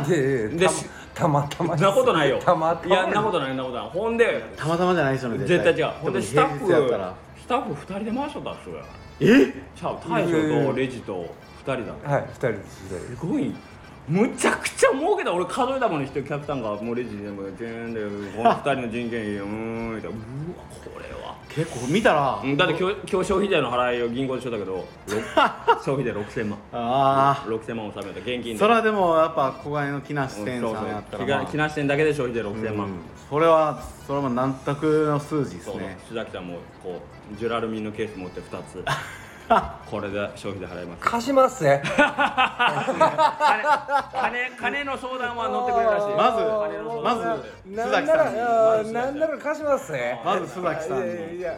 で [LAUGHS] でたたまたまなことないよたまたいまやなことないなことないほんでたまたまじゃないですよね絶対違うほんでスタッフ特に平日やったらスタッフ2人で回しとったっすよえちゃう大将とレジと2人だねはい2人です二人ですすごいむちゃくちゃ儲けた俺数えたもの一人客さんがもうレジでも全でこの2人の人件費うーんみたいなうわこれは結構見たらうんだって今日今日消費税の払いを銀行でしとったけどろ消費税6000万あ6000万納めた現金あでそれはでもやっぱ小金の木梨うん店そうさんやったそうら、気まがあ気なしてんだけで消費税6000万、それはそれはまあ納得の数字でそすうね須崎さんもこうジュラルミンのケース持って2つ [LAUGHS] これで消費税払います貸しま [LAUGHS] すね金金金の相談は乗ってくれるらしいまず金の相談まずな須ん崎なさんにらあーなんなら貸しますねまず須崎さんいやいにや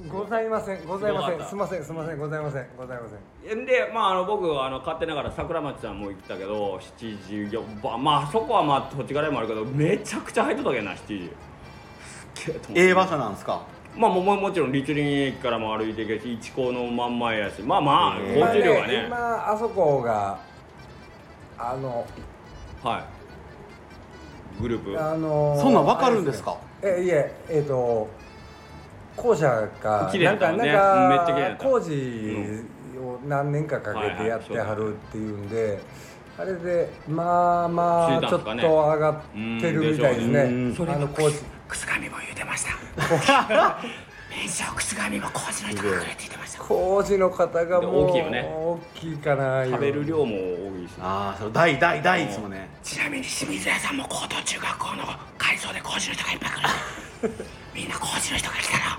うんございませんございませどうだっんたすいませんすいませんございませんございませんでまああの僕はあの勝手ながら桜町さんも行ったけど7時4番まあそこはまあ土地柄もあるけどめちゃくちゃ入っとったけどな7時すっげえと思ってええ場所なんですかまあもももちろん立林駅からも歩いていけるし一高の真ん前やしまあまあえー交通量がね,、今今あそこがあのはいグループあのそんなん分かるんですかあれでねえいええっ、と校舎が綺麗だったもんねなんかうんめっちゃ綺麗だなっんたか工事を何年かかけてやってはるっていうんで、あれでまあまあついちたんすょっとかね上がってるみたいですねうんでしょうそあれのの工事くすみも言うてました名称くすがみも工事の人がくれて言ってました工事の方がもう大きいよね大きいかな食べる量も多いしああそれ大大大ですもんねちなみに清水屋さんも高等中学校の改装で工事の人がいっぱい来る [LAUGHS] みんな工事の人が来たら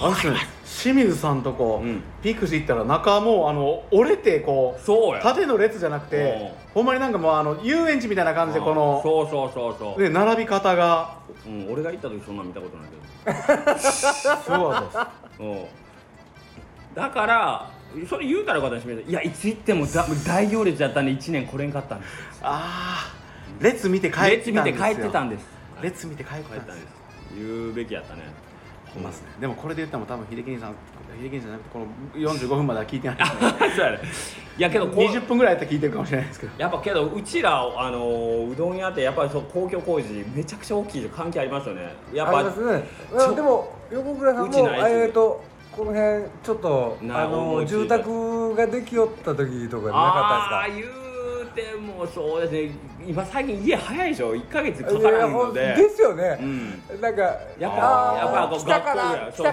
あの人清水さんとこ、うんピクシー行ったら中もうあの折れてこうそうや縦の列じゃなくてほんまになんかもうあの遊園地みたいな感じでこのそうそうそうそう、で並び方がうん、俺が行った時そんなん見たことないけどすごいですうんだからそれ言うたらよかったんですいやいつ行ってもだ大行列だったんで1年来れんかったんですああ列見て帰っ列て見たんてです帰よってたんです列見て帰って帰たっんたでんすです言うべきやったね [LAUGHS] ほんまっすねでもこれで言ったら多分秀樹兄さん秀樹兄さんじゃなくてこの45分までは聞いてないですねそうやねいやけどこう20分ぐらいやったら聞いてるかもしれないですけどやっぱけどうちらあのうどん屋ってやっぱりそう公共工事めちゃくちゃ大きい関係ありますよねやっあぱりますねちょうんでも横倉さんうちもないしえっとこの辺ちょっとなあ思のいついた住宅ができよった時とかなあかあっ言うてもそうですね今最近家早いでしょ1か月たかですかからんいやほのんでですよねうんなんかやっぱあーやっぱこう来た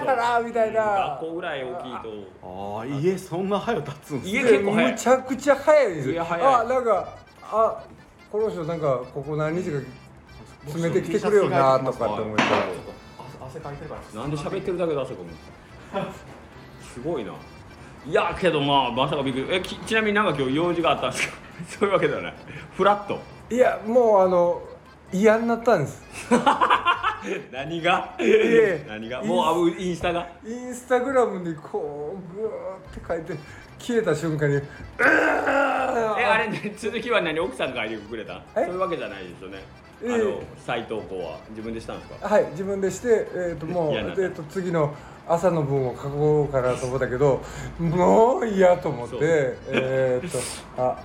学校ぐらいから来たからそうそうみたいな学校ぐらい大きいとああ家そんな早立つんです家ね結構早いむちゃくちゃ早いですいや早いあなんかあこの人なんかここ何日か詰めてきてくれよなとかって思いながら汗かいてるからなんで喋ってるだけだそこもすごいな。いやけどまあまさかびっくりえきちなみになんか今日用事があったんですか [LAUGHS] そういうわけではないフラットいやもうあの嫌になったんです何がえ何がもうあインスタがインスタグラムにこうグーって書いて消えた瞬間にう [LAUGHS] えああれ、ね、続きは何奥さんが書いてくれたそうえいうわけじゃないですよねあええの再投稿は自分でしたんですかはい自分でして、えー、ともう、え嫌になったー、と次の朝の分を書こうかなと思ったけどもう嫌と思ってそうえっ、とあ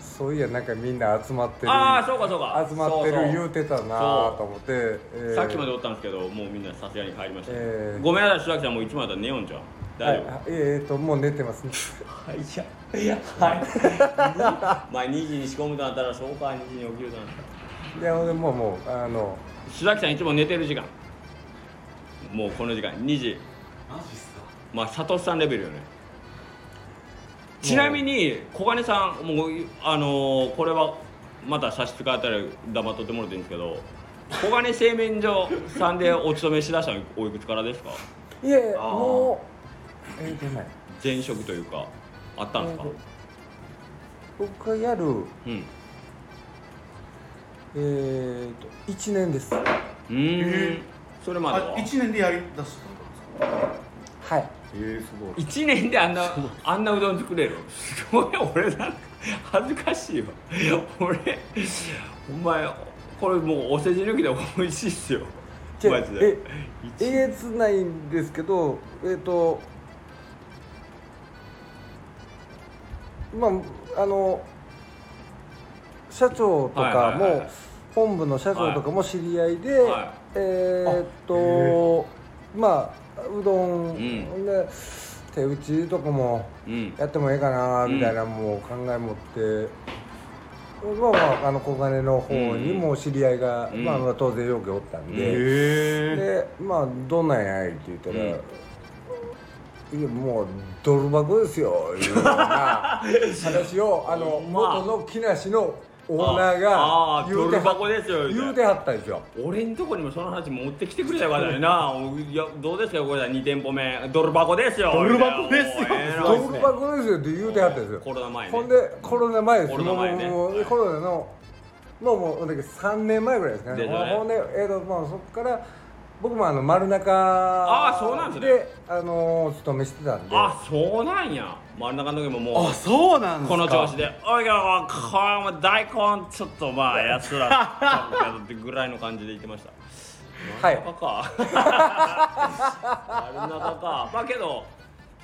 そういやなんかみんな集まってるああそうかそうか集まってるそうそう言うてたなそうと思って、えーさっきまでおったんですけどもうみんなさすがに帰りました、ええごめんなさい須崎さんもういつもだったら寝よんじゃんは大い丈夫、はいえっ、ともう寝 [LAUGHS] てますねはい、いや、いや、 [LAUGHS] はい。まあ、2時に仕込むとなったら、そうか、2時に起きるとなったら。いやほんでもうもうあの須崎さん、いつも寝てる時間。もうこの時間、2時。マジっすかまあ、佐藤さんレベルよね。ちなみに、小金さん、もう、あのーこれは。また差し支えたら、黙っとってもらっていいんですけど。小金製麺所さんでお勤めしだしたの、おいくつからですか。いえあーもうえー、出ない前職というかあったんですか、僕がやるうんえー、と1年ですはうーんそれまであは1年でやりだすってことですかいええすごい1年であんなあんなうどん作れるすごい俺なんか恥ずかしいよ俺お前これもうお世辞抜きで美味しいっすよじゃあマジでええげつないんですけどえっ、とまああの社長とはいかはいはいはいも本部の社長とかも知り合いで、はいえっ、と、あへまあうどん、うんで手打ちとかもうんやってもええかなみたいなもう考え持って、まあまああの小金の方にも知り合いが、うんまあ、まあ当然よくおったんで、えでまあどんなんやいって言ったら、いやもうドル箱ですよいうような [LAUGHS] 話をあの、まあ元の木梨のオーナーがあー言うてドル箱ですよ言うてはったんですよ俺んとこにもその話持ってきてくれたからねないやどうですかこれ2店舗目ドル箱ですよドル箱ですもようええなドル箱ですよって言うてはったんですよコロナ前ねほんでコロナ前ですコロナ前ねもうもうもうコロナのもうもうだけど3年前ぐらいですかねですよねほんで、えーとまあ、そこから僕もあの丸中ああーそうなんですねで、あのー勤めしてたんであそうなんや真ん中の時ももうあそうなんですかこの調子で「おいがこれも大根ちょっとまあやつら食うけど」ってぐらいの感じで言ってましたはい真ん中か真ん中かまあけど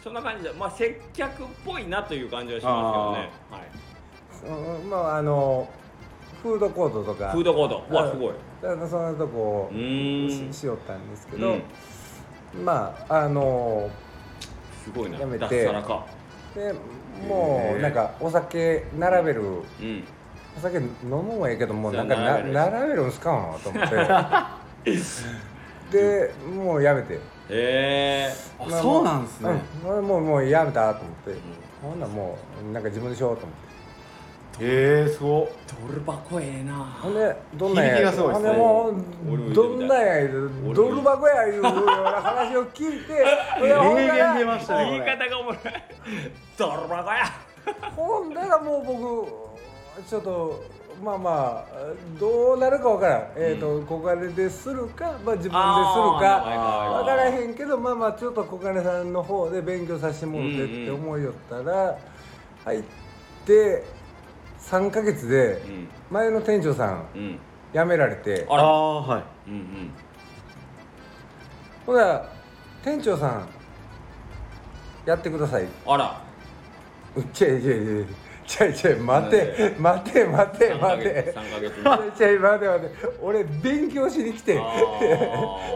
そんな感じでまあ接客っぽいなという感じはしますけどね、うんまああのフードコートとかはい、フードコートうわすごいあのそんなとこうーんしすしよったんですけうど、んまああのごいなやめて脱サラかでもへえうなんかお酒並べる、うんお酒飲むもんええけどもうじゃなあんか並べなる並べるんすかんと思 [LAUGHS] ってでもうやめてへえあまあそうなんですね、うんもうもうやめたと思って、ほんならもうなんか自分でしようと思ってええすごっドル箱ええなほんでどんなんや響きがすごいですねほ俺んもでもう見てみたいどんなんや言うドル箱やいうような話を聞い [LAUGHS] てほんでほん名だら言出ましたねこ言いれ方がおもろいドル箱やほんだらもう僕ちょっとまあまあどうなるかわからん、えっ、と小金でするか、まあ、自分でするかあーわからへんけどまあまあちょっと小金さんの方で勉強させてもらってって思いよったら、入って3ヶ月でうん前の店長さんうん辞められてあらあーはいうんうんほら店長さんやってくださいあらちょいちょいちょいちょい待て待て待て3ヶ待て月3ヶ月ちゃちゃい [LAUGHS] 待て待て俺勉強しに来てあ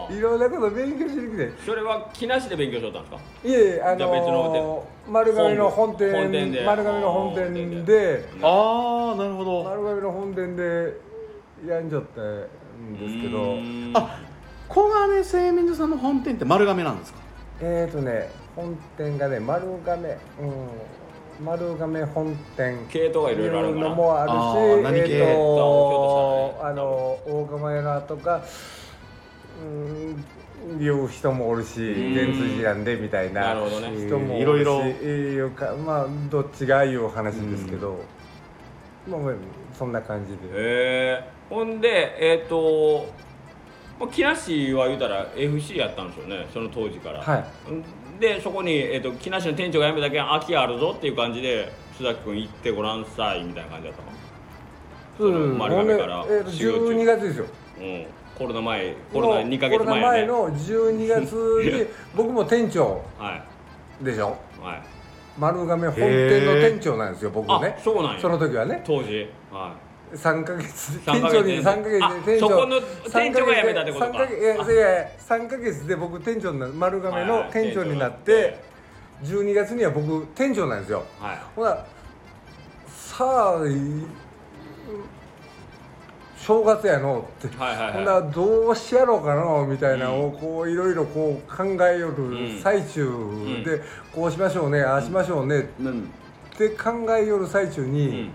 ーいろんなこと勉強しに来てそれは木梨で勉強しとったんですかいえいえあじゃあ別ののー、丸亀の本店本店で丸亀の本店でうんああなるほど丸亀の本店でやんじゃったんですけどうーんあ小金製麺所さんの本店って丸亀なんですかえーとね本店がね丸亀うん丸亀本店系統がいろいろあるからのもあるしあー何系えーとあーあの大釜屋とかうんいう人もおるしん全通じなんでみたいななるほどね人もおるしいろいろいうかまあどっちがいう話ですけど、まあまあそんな感じでへえほんでえっ、とまあ木梨は言うたら FC やったんですよねその当時からはいでそこに、えー、と木梨の店長が辞めたけん空きあるぞっていう感じで須崎君行ってごらんさいみたいな感じだったのその丸ほんで亀からえーと修行中12月ですようんコロナ前コロナ2か月コロナ前やね前の12月 [LAUGHS] に僕も店長はでしょいはい丸亀本店の店長なんですよ僕ねあそうなんやその時はね当時はい三ヶ月三店ヶ長月に三ヶあ月で店長そこの店長が辞めたってことか三ヶ月いやいやいや三ヶ月で僕店長にな丸亀はいはのい店長になっ店長になってて12月には僕店長なんですよはいほらさあい正月やのって、はいはいはいほんならどうしやろうかなみたいなのをこういろいろこう考えよんる最中で、こうしましょうねああしましょうねうんって考えよる最中に、うん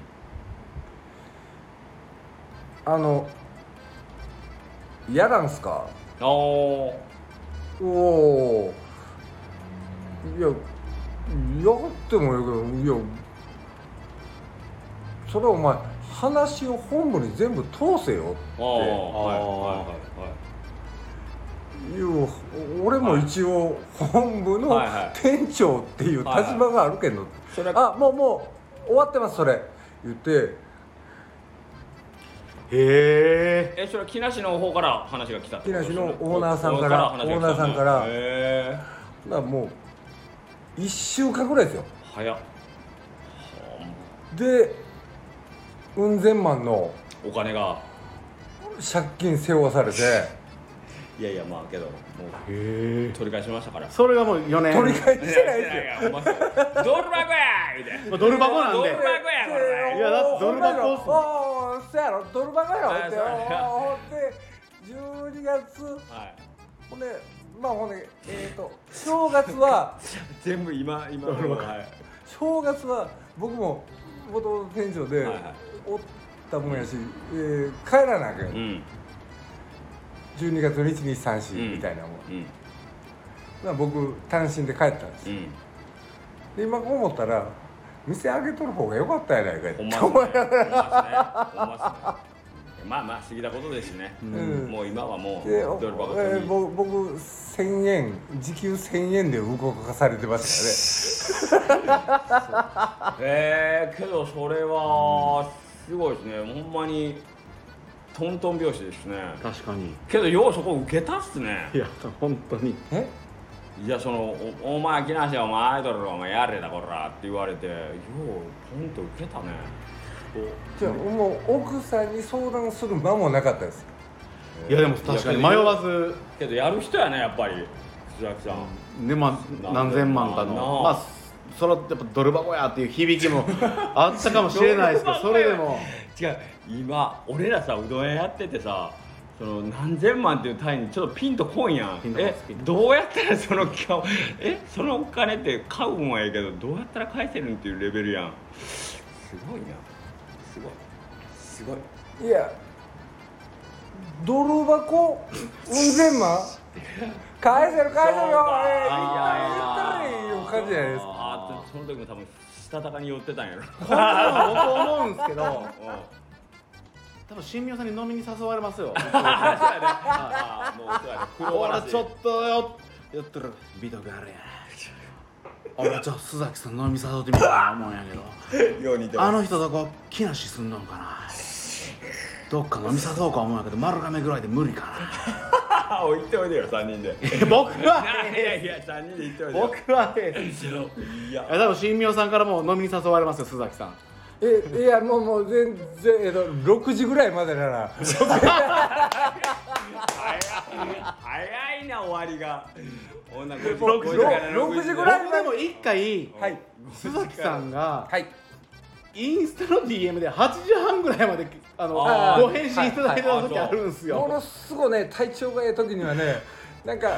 あの「やらんすか?あー」おおいややってもやけどいやそれはお前話を本部に全部通せよああはっいはいはいていう俺も一応本部のはいはい店長っていう立場があるけど、それあもうもう終わってますそれ言ってへええそれは木梨の方から話が来たってことですよね木梨のオーナーさんから話が来たオーナーさんからへえだからもう1週間ぐらいですよ早っで雲仙マンのお金が借金背負わされていやいやまあけどもうへえ取り返しましたからそれがもう4年取り返してないいですよやいやお前ドル箱やみたいまなあドル箱なんドでル箱やこれいやだってドル箱っすもんおーそうやろドル箱やろはいってそうやおーほんで12月はいほんでまあほんでえっ、と正月は [LAUGHS] 全部今今ドル箱はい正月は僕も元々店長ではいはいおったもんやし、えー帰らなきゃ、うん12月の1234みたいなもん、うんまあ僕単身で帰ったんですうよんで今こう思ったら店開けとる方が良かったやないかってほんまっすねほんまっすねほんまっすねまあまあ過ぎたことですしね、んもう今はもうでおドル箱取えりーにぼ僕1000円時給1000円で動かされてましたえー、けどそれはすごいですねほんまにトントン拍子ですね確かにけどようそこ受けたっすねいや本当にから [LAUGHS] ねいやそのおお前木梨お前アイドルお前やれだこらって言われてようポンと受けたねえじゃあもう奥さんに相談する間もなかったですいやでも確かに迷わずけどやる人やねやっぱり須崎さん、ねまあ何千万かのなあまあそれはやっぱドル箱やっていう響きもあったかもしれないですけ [LAUGHS] どそれでも違う今俺らさうどん屋やっててさその何千万っていう単位にちょっとピンとこんやんピンとこんえですピンとどうやったらその顔えそのお金って買うんはええけどどうやったら返せるんっていうレベルやんすごいなすごいすごいいやド [LAUGHS] ル箱雲仙マン返せる返せるよあえーえ言ったら言ったらいいよ感じじゃないですかあーその時も多分したたかに寄ってた [LAUGHS] んやろこれは僕思うんですけどうんあ多分神妙さんに飲みに誘われますよーそうやねあーもうそうやね苦労ほら話ちょっとよやったら美徳あるやん俺ちょっと須崎さん飲み誘ってみたら思うんやけどよう似てあますの人とこ木梨すんのんかなどっか飲み誘おうか思うんやけど丸亀ぐらいで無理かなあー行っておいでよ三人 [LAUGHS] で僕はいやいや三人で行っておいでよ僕はねいやいや多分新明さんからも飲みに誘われますよ須崎さんえいやもうもう全然、えっと、6時ぐらいまでなら早いな終わりが女5時ろく5時からろく時ぐらい僕でも一回、はい須崎さんが [LAUGHS] はいインスタの DM で8時半ぐらいまであのあーご返信いただいた時あるんですもよのすごいね体調がいい時にはねなんか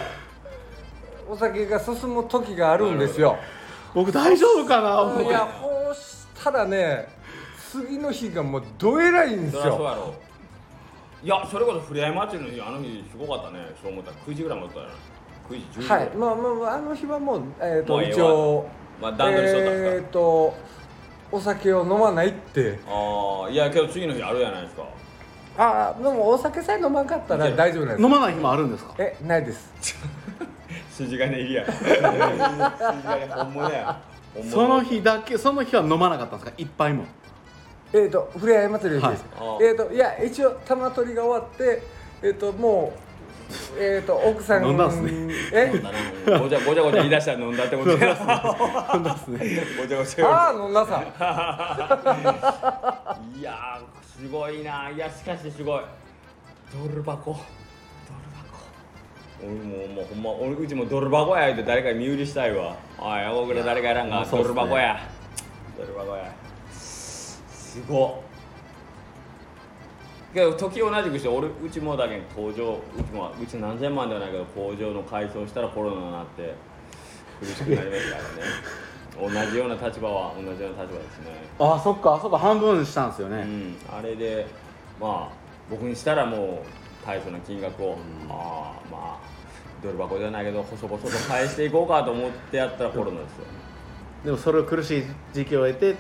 お酒が進む時があるんですよ僕大丈夫かな思っいてやこうしたらね次の日がもうどえらいんですそりゃそうよやろいやそれこそふれあい祭りの日あの日すごかったねそう思ったら9時ぐらいまでおったよね9時10時ぐはらいいまあまあまああの日はもう、えー、もうとええわ一応まあ段取りしとったんですかえっ、とお酒を飲まないってああいやけど次の日あるじゃないですかああでもお酒さえ飲まんかったら大丈夫なんです飲まない日もあるんですかえないです筋金入りや筋金本物や本物その日だけその日は飲まなかったんですか一杯 [LAUGHS] もえっ、とふれあい祭りの日です、はいえっ、といや一応玉取りが終わってえっ、ともうえっ、と奥さん飲んだんすねえ飲んだねごちゃごちゃごちゃ言い出したら飲んだってことやそうですねごちゃごちゃああ飲んださいやーすごいないやしかしすごいドル箱ドル箱俺もうもうほんま俺うちもドル箱や言うて誰かに身売りしたいわあいや僕ら誰かやらんいがやそドうっすルね箱やドル箱やすごっけど時を同じくして俺うちもだけん工場うちもうち何千万ではないけど工場の改装したらコロナになって苦しくなりました [LAUGHS] からね同じような立場は同じような立場ですねあそっかあそこ半分したんですようね、ん、あれでまあ僕にしたらもう大層な金額を、ああまあドル箱じゃないけど細々と返していこうかと思ってやったらフォローなんですよ、でもそれを苦しい時期を得てう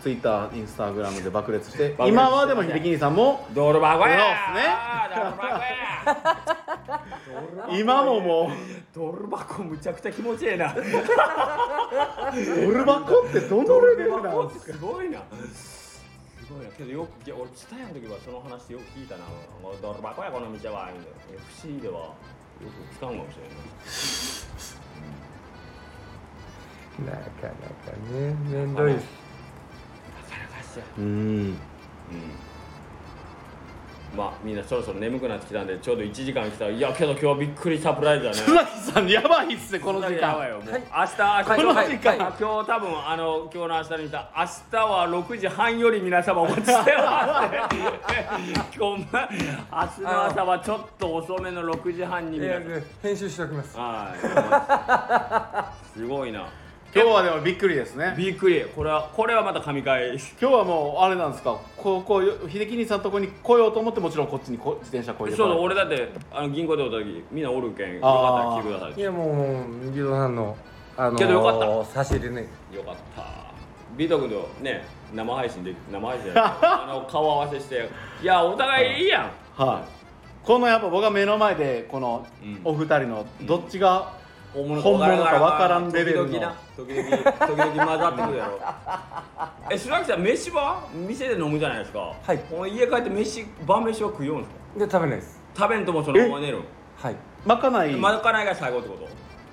ツイッターインスタグラムで爆裂して爆裂して今はでも秀樹兄さんもん、ドル箱やそドル箱や今ももドル箱むちゃくちゃ気持ちええなうドル箱ってどのレベルなんですかすごいなすごいなけどよくいや俺伝えの時はその話よく聞いたな「もうドル箱やこの道は」みたいな FC ではよく使うかもしれないなかなかねめんどいっすなかなかしや [LAUGHS] うんうんまあみんなそろそろ眠くなってきたんでちょうど1時間来たいやけど今日びっくりサプライズだね須崎さんやばいっすね [LAUGHS] この時やばい間よもう、はい明日明日この時間今日今日多分あの今日の明日にした明日は6時半より皆様お待ちしてますこんな明日の朝はちょっと遅めの6時半にい皆やさいんや編集しておきますはいすごいな今日はでもびっくりですねびっくりこれはこれはまた神回今日はもうあれなんですかこうこう秀樹兄さんのとこに来ようと思ってもちろんこっちにこ自転車こいでそうだ俺だってあの銀行でおった時みんなおるけんよかったあーら来てくださいいやもうギドさんのあのけどよか差し入れねよかったビート君とね生配信で生配信じゃない [LAUGHS] あの顔合わせしていやお互いいいやんはいこのやっぱ僕が目の前でこのうんお二人のどっちが本物本物かわからんレベルの時々な時々時々混ざってくるや [LAUGHS] ろえ白木さん飯は店で飲むじゃないですかはいお前家帰って飯晩飯は食いようんですかで食べないです食べんともそのまま寝るんはいまかないまかないが最後ってこと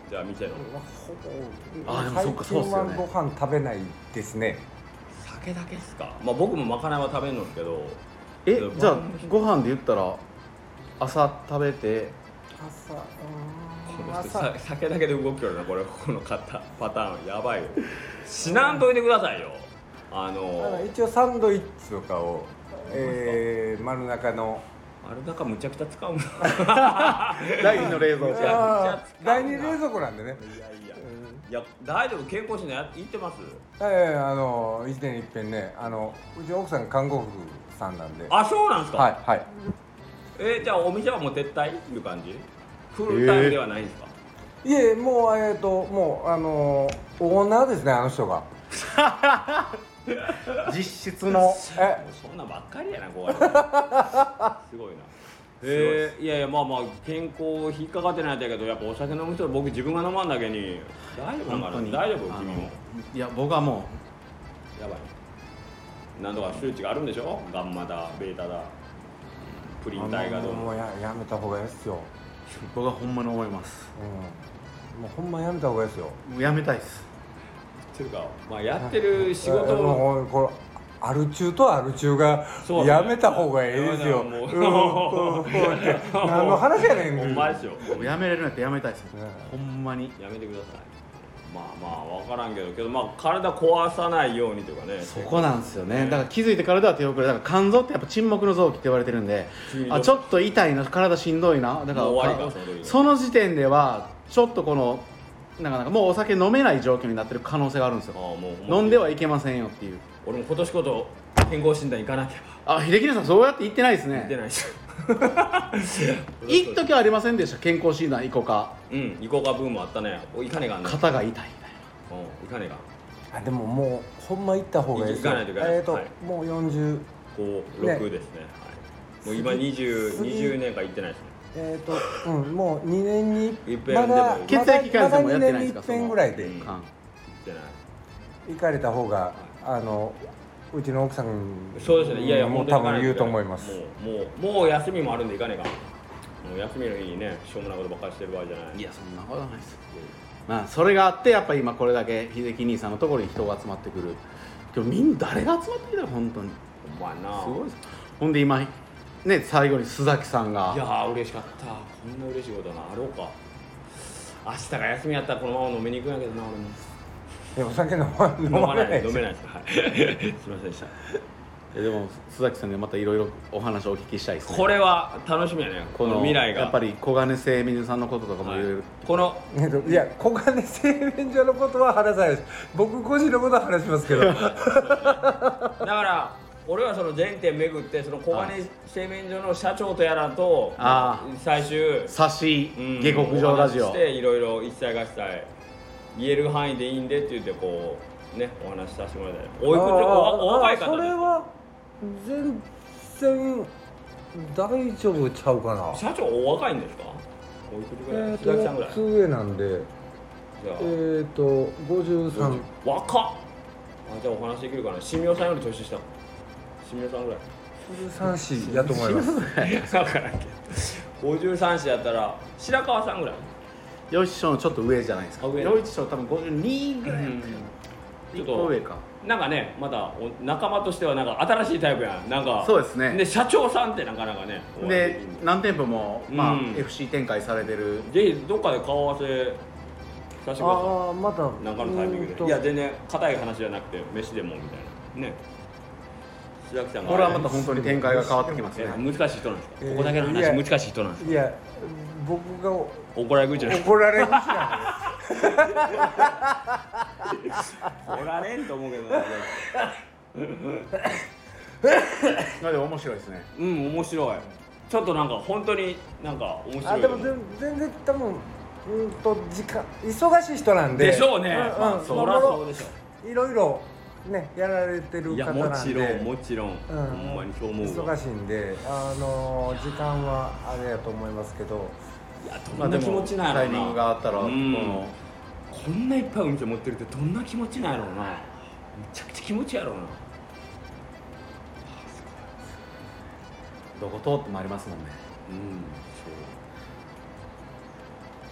じゃあ店のほぼあでもそっかそうっすよね最近はご飯食べないですね酒だけっすかまあ僕もまかないは食べんのですけどえじゃあご飯で言ったら朝食 [LAUGHS] べて朝こうーんの人朝さ酒だけで動くよなこれこの方パターンやばいよ死なんといてくださいよあだからの一応サンドイッチとかを、えー、丸中のあれだからむちゃくちゃ使うなゃくちゃ使うな第二の冷蔵庫あー第二冷蔵庫なんでねいやいやいや大丈夫健康診断や行ってますええあの一年に一遍ねあのうち奥さんが看護婦さんなんではあそうなんですいか、はいえじゃあお店はもう撤退っていう感じフルタイムではないんですか、いえもうえっ、ともうあのオーナーですねあの人が実質のえもうそんなんばっかりやなこれすごいなえー、いやいやまあまあ健康引っかかってないんだけどやっぱお酒飲む人僕自分が飲まんだけに大丈夫なの本か当にな大丈夫あ君ものいや僕はもやばい何とか数値があるんでしょガンマだベータだプリン体がどうものうややめた方がいいですよ、う僕はほんまに思いますうん、もうほんまやめた方がいいですよもうやめたいですっていうか、まあ、やってる仕事えももうこれアル中とアル中がそうだやねめた方がいいですよもううんこうこうやって何の話やねんほんまでしょもうやめれるんやったらやめたいですねほんまにやめてくださいまあまあ分からんけどけどまあ体壊さないようにというかねそこなんですよねだから気づいてからでは手遅れだから肝臓ってやっぱ沈黙の臓器って言われてるんで急にあちょっと痛いな体しんどいなだからもう終わりかあその時にその時点ではちょっとこのなかなかもうお酒飲めない状況になってる可能性があるんですあよあもうほま飲んではいけませんよっていう俺も今年こそ健康診断行かなきゃあ秀樹さんそうやって言ってないです行ってねないし一時はありませんでした健康診断行こうかうん行こうかブームあったねお行かねえかんね肩が痛いみたいうん行かねえかんあでももうほんま行った方がいいですよ行かないといけないえーと、はいもう40こうね6ですねはいもう今2020次年間行ってないですねえっ、と、うん、もう2年にいっぺんまだでもいい血液検査もやってないんですかまだ2年に一遍ぐらいでそのな感行ってない行かれた方があのうちの奥さんそうですねいやいやもう本当多に行かな分い言うと思いますもうもうもう休みもあるんで行かねえかんもう休みの日にねしょうもないことばっかりしてる場合じゃないいやそんなことないですまあそれがあってやっぱ今これだけ秀樹兄さんのところに人が集まってくる今日みんな誰が集まってきたの本当にお前なすごいですほんで今ね最後に須崎さんいやがー嬉しかったこんな嬉しいことなあろうか明日が休みやったらこのまま飲みに行くんやけどな俺もでお酒飲ま飲飲ままなないい飲めないですはいすいませんでしたえでも須崎さんにはまたいろいろお話をお聞きしたいですねこれは楽しみやねこの未来がやっぱり小金製水さんのこととかもいろいろはいこのえっといや小金製 [LAUGHS] 麺所のことは話さないです僕個人のことは話しますけどだから俺はその全店巡ってその小金井製麺所の社長とやらとあ最終差しうん下克上ラジお話ししオていろいろ一切合切言える範囲でいいんでって言ってこうねお話しさせてもらいたいおいくつあーおお若いあーそ方れでは全然大丈夫ちゃうかなす社長お若いんですかおいくつぐらえいっ、鈴木さんぐとらい通上なんでじゃえっ、と53あ若っあじゃあお話できるかな神妙さんより年下神妙さん [LAUGHS] ぐらい三子やと思います分からんけど53歳やったら白川さんぐらいよいしょのちょっと上じゃないですかあ上よいしょ多分52ぐらいちょ一っ個と上かなんかねまだお仲間としてはなんか新しいタイプやんなんかそうですねで社長さんってなかなかねお会いきでん何店舗もまあうん FC 展開されてるぜひどっかで顔合わせさせてくださいああまたなんかのタイミングでいや全然硬い話じゃなくて飯でもみたいなね白木さんがこれはまた本当に展開が変わってきますえね難しい人なんですか、えーここだけのいや話難しい人なんですいや僕が怒られ口じゃない怒られるじゃ怒られんと思うけどななので面白いですねうん面白いちょっとなんか本当になんか面な白い [LAUGHS] あいでも全全然多分うんと時間忙しい人なんででしょうね、んんまあ、そりゃそうでしょいろいろねやられてるいや方もなんちでろんもちろん、うんほんまにそう思うわ忙しいんであの時間はあれやと思いますけどいやどまあんでな気持もちなんやタろうなイミングがあったらこうんのこんないっぱいお店持ってるってどんな気持ちなんやろうなめちゃくちゃ気持ちやろうなどこ通ってもありますもんねうんそ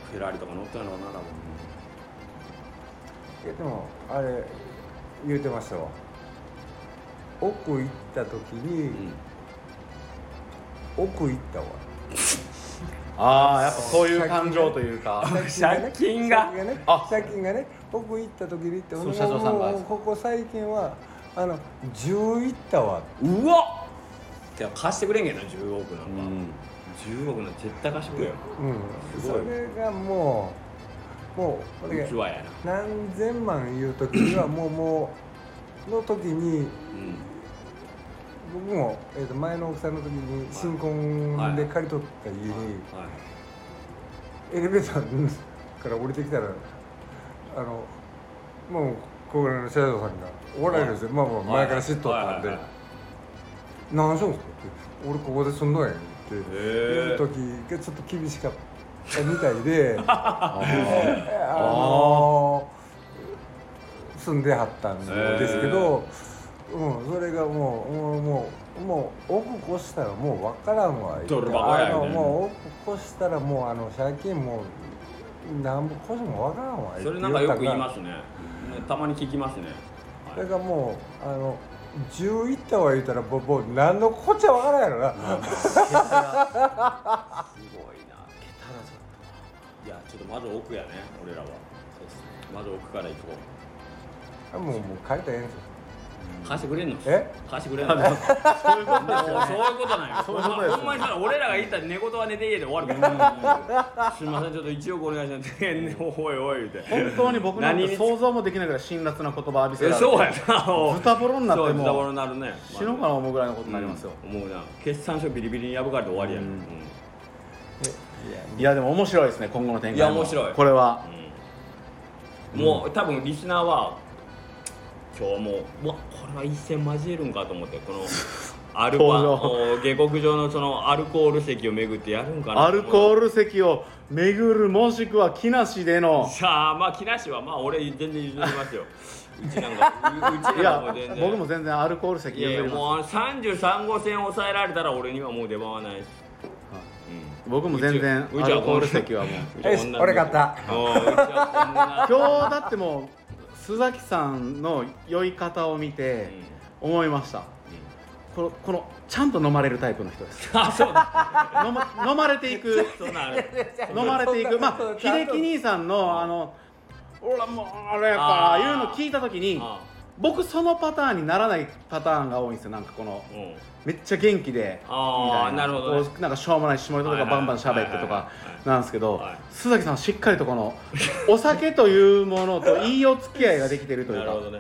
うフェラーリとか乗ったんやろうな多分いやでもあれ言うてましたわ奥行った時に、奥行ったわああやっぱそういう感情というか借金が借金がねあ借金がね奥行った時にってそもう社長さんがもうここ最近はあの10行ったわうんうわっいや貸してくれんけんな10億なんか、うん10億なんて絶対貸してくれようんすごいそれがもうもう器やな何千万いう時にはもうもうの時にうん僕も、えー、と前の奥さんの時に新婚で借り取った家に、はいエレベーターから降りてきたらあのもうここらの社長さんがおられるんですよ、まあまあ前から知っとったんではいはいはいはい「何しようんすか?」って「俺ここで住んどんやん」ってへ言ーう時がちょっと厳しかったみたいであの住んではったんですけど、うん、それがもうもうもうもう奥越したらもう分からんわドル箱やあのみたいなもう奥越したらもうあの借金もうなんぼ越しても分からんわそれなんかよく言いますすねねたまに聞きますね、だからもうあの10いったわ言うたらもうもう何のこっちゃ分からんやろな、すごいな桁がちょっといやちょっとまず奥やね俺らはそうですねまず奥から行こうもうもう借りたらええんですよ貸してくれんのえ貸してくれんのそういうこと [LAUGHS] そういうことなんやそういうことですよほんまにさ俺らが言ったら寝言は寝て家で終わるからすいませんちょっと1億お願いします [LAUGHS] おいおい言うて本当に僕なん何てに想像もできないぐらい辛辣な言葉浴びせらえれてそうやなズタボロになってそうズタボロもうになるね死ぬかな思うぐらいのことになりますよ、うん思うな決算書ビリビリに破かれて終わりやねうんうんいやでも面白いですね今後の展開もいや面白いこれはうんもう多分リスナーは今日もううわこれは一戦交えるんかと思ってこ [LAUGHS] のアル登バ場お下克上のそのアルコール席を巡ってやるんかなアルコールル席を巡るもしくは木梨でのさあまあ木梨はまあ俺全然譲りますようちなんかううちいなんやかも全然僕も全然アルコール席いや譲りますもうあの33号線抑えられたら俺にはもう出番はないです、僕も全然アうちはルコール席はもううちはこんなよし俺勝ったおううちはこんな今日だってもう須崎さんの酔い方を見て思いましたこのこのちゃんと飲まれるタイプの人ですあそうだ飲ま飲まれていくそうなる飲まれていくまそうあちゃん秀と樹兄さんのあの「俺はもうあれやからあ」ーいうの聞いた時にあ僕そのパターンにならないパターンが多いんですよなんかこのあうんめっちゃ元気であーみたいなるほどねこうなんかしょうもない下ネタとはいかはいバンバン喋ってとはいかはいはいなんですけどはい須崎さんはしっかりとこのお酒というものといいお付き合いができてるといなうるかほどね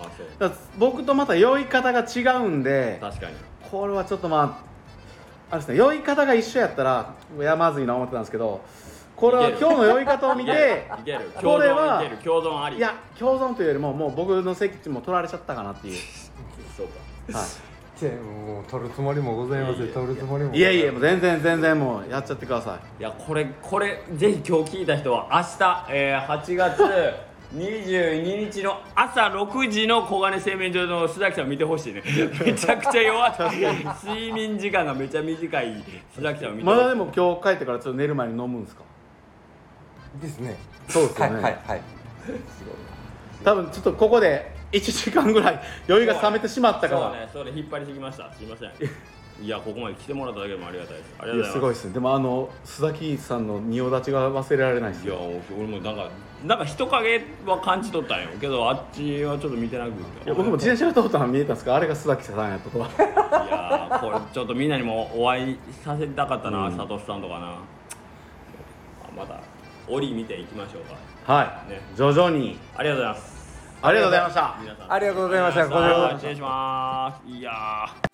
あそうだから僕とまた酔い方が違うんで確かにこれはちょっとまああれですね酔い方が一緒やったらやまずいな思ってたんですけどこれは今日の酔い方を見いけてるいけるこ共れ存はいける共存ありいや共存というよりももう僕の席も取られちゃったかなっていう、そうか [LAUGHS] はじゃあもう取るつもりもございませいんやいや取るつもりもい、いやいやもう全然全然もうやっちゃってくださいいやこれこれぜひ今日聞いた人は明日、えー8月22日の朝6時の小金製麺所の須崎さんを見てほしいねめちゃくちゃ弱い睡眠時間がめちゃ短い須崎さんを見てほましいだでも今日帰ってからちょっと寝る前に飲むんですかですねそうですよねはいはいはい多分ちょっとここで1時間ぐらい酔いが冷めてしまったかそうら、ねそれ引っ張りすぎましたすいませんいやここまで来てもらっただけでもありがたいですありがいやとうごすざいごまいですねでもあの須崎さんの仁王立ちが忘れられないですすいやよ俺もなんかなんか人影は感じ取ったんよけどあっちはちょっと見てなくいてや僕も自転車で通ったの見えたんですけどあれが須崎さんやったとはいやーこれちょっとみんなにもお会いさせたかったな、サトシさんとかなあまた折見ていきましょうかはい、ね徐々にありがとうございますありがとうございました皆さんありがとうございましたありがとうございまこちらしたこそ失礼しますいやー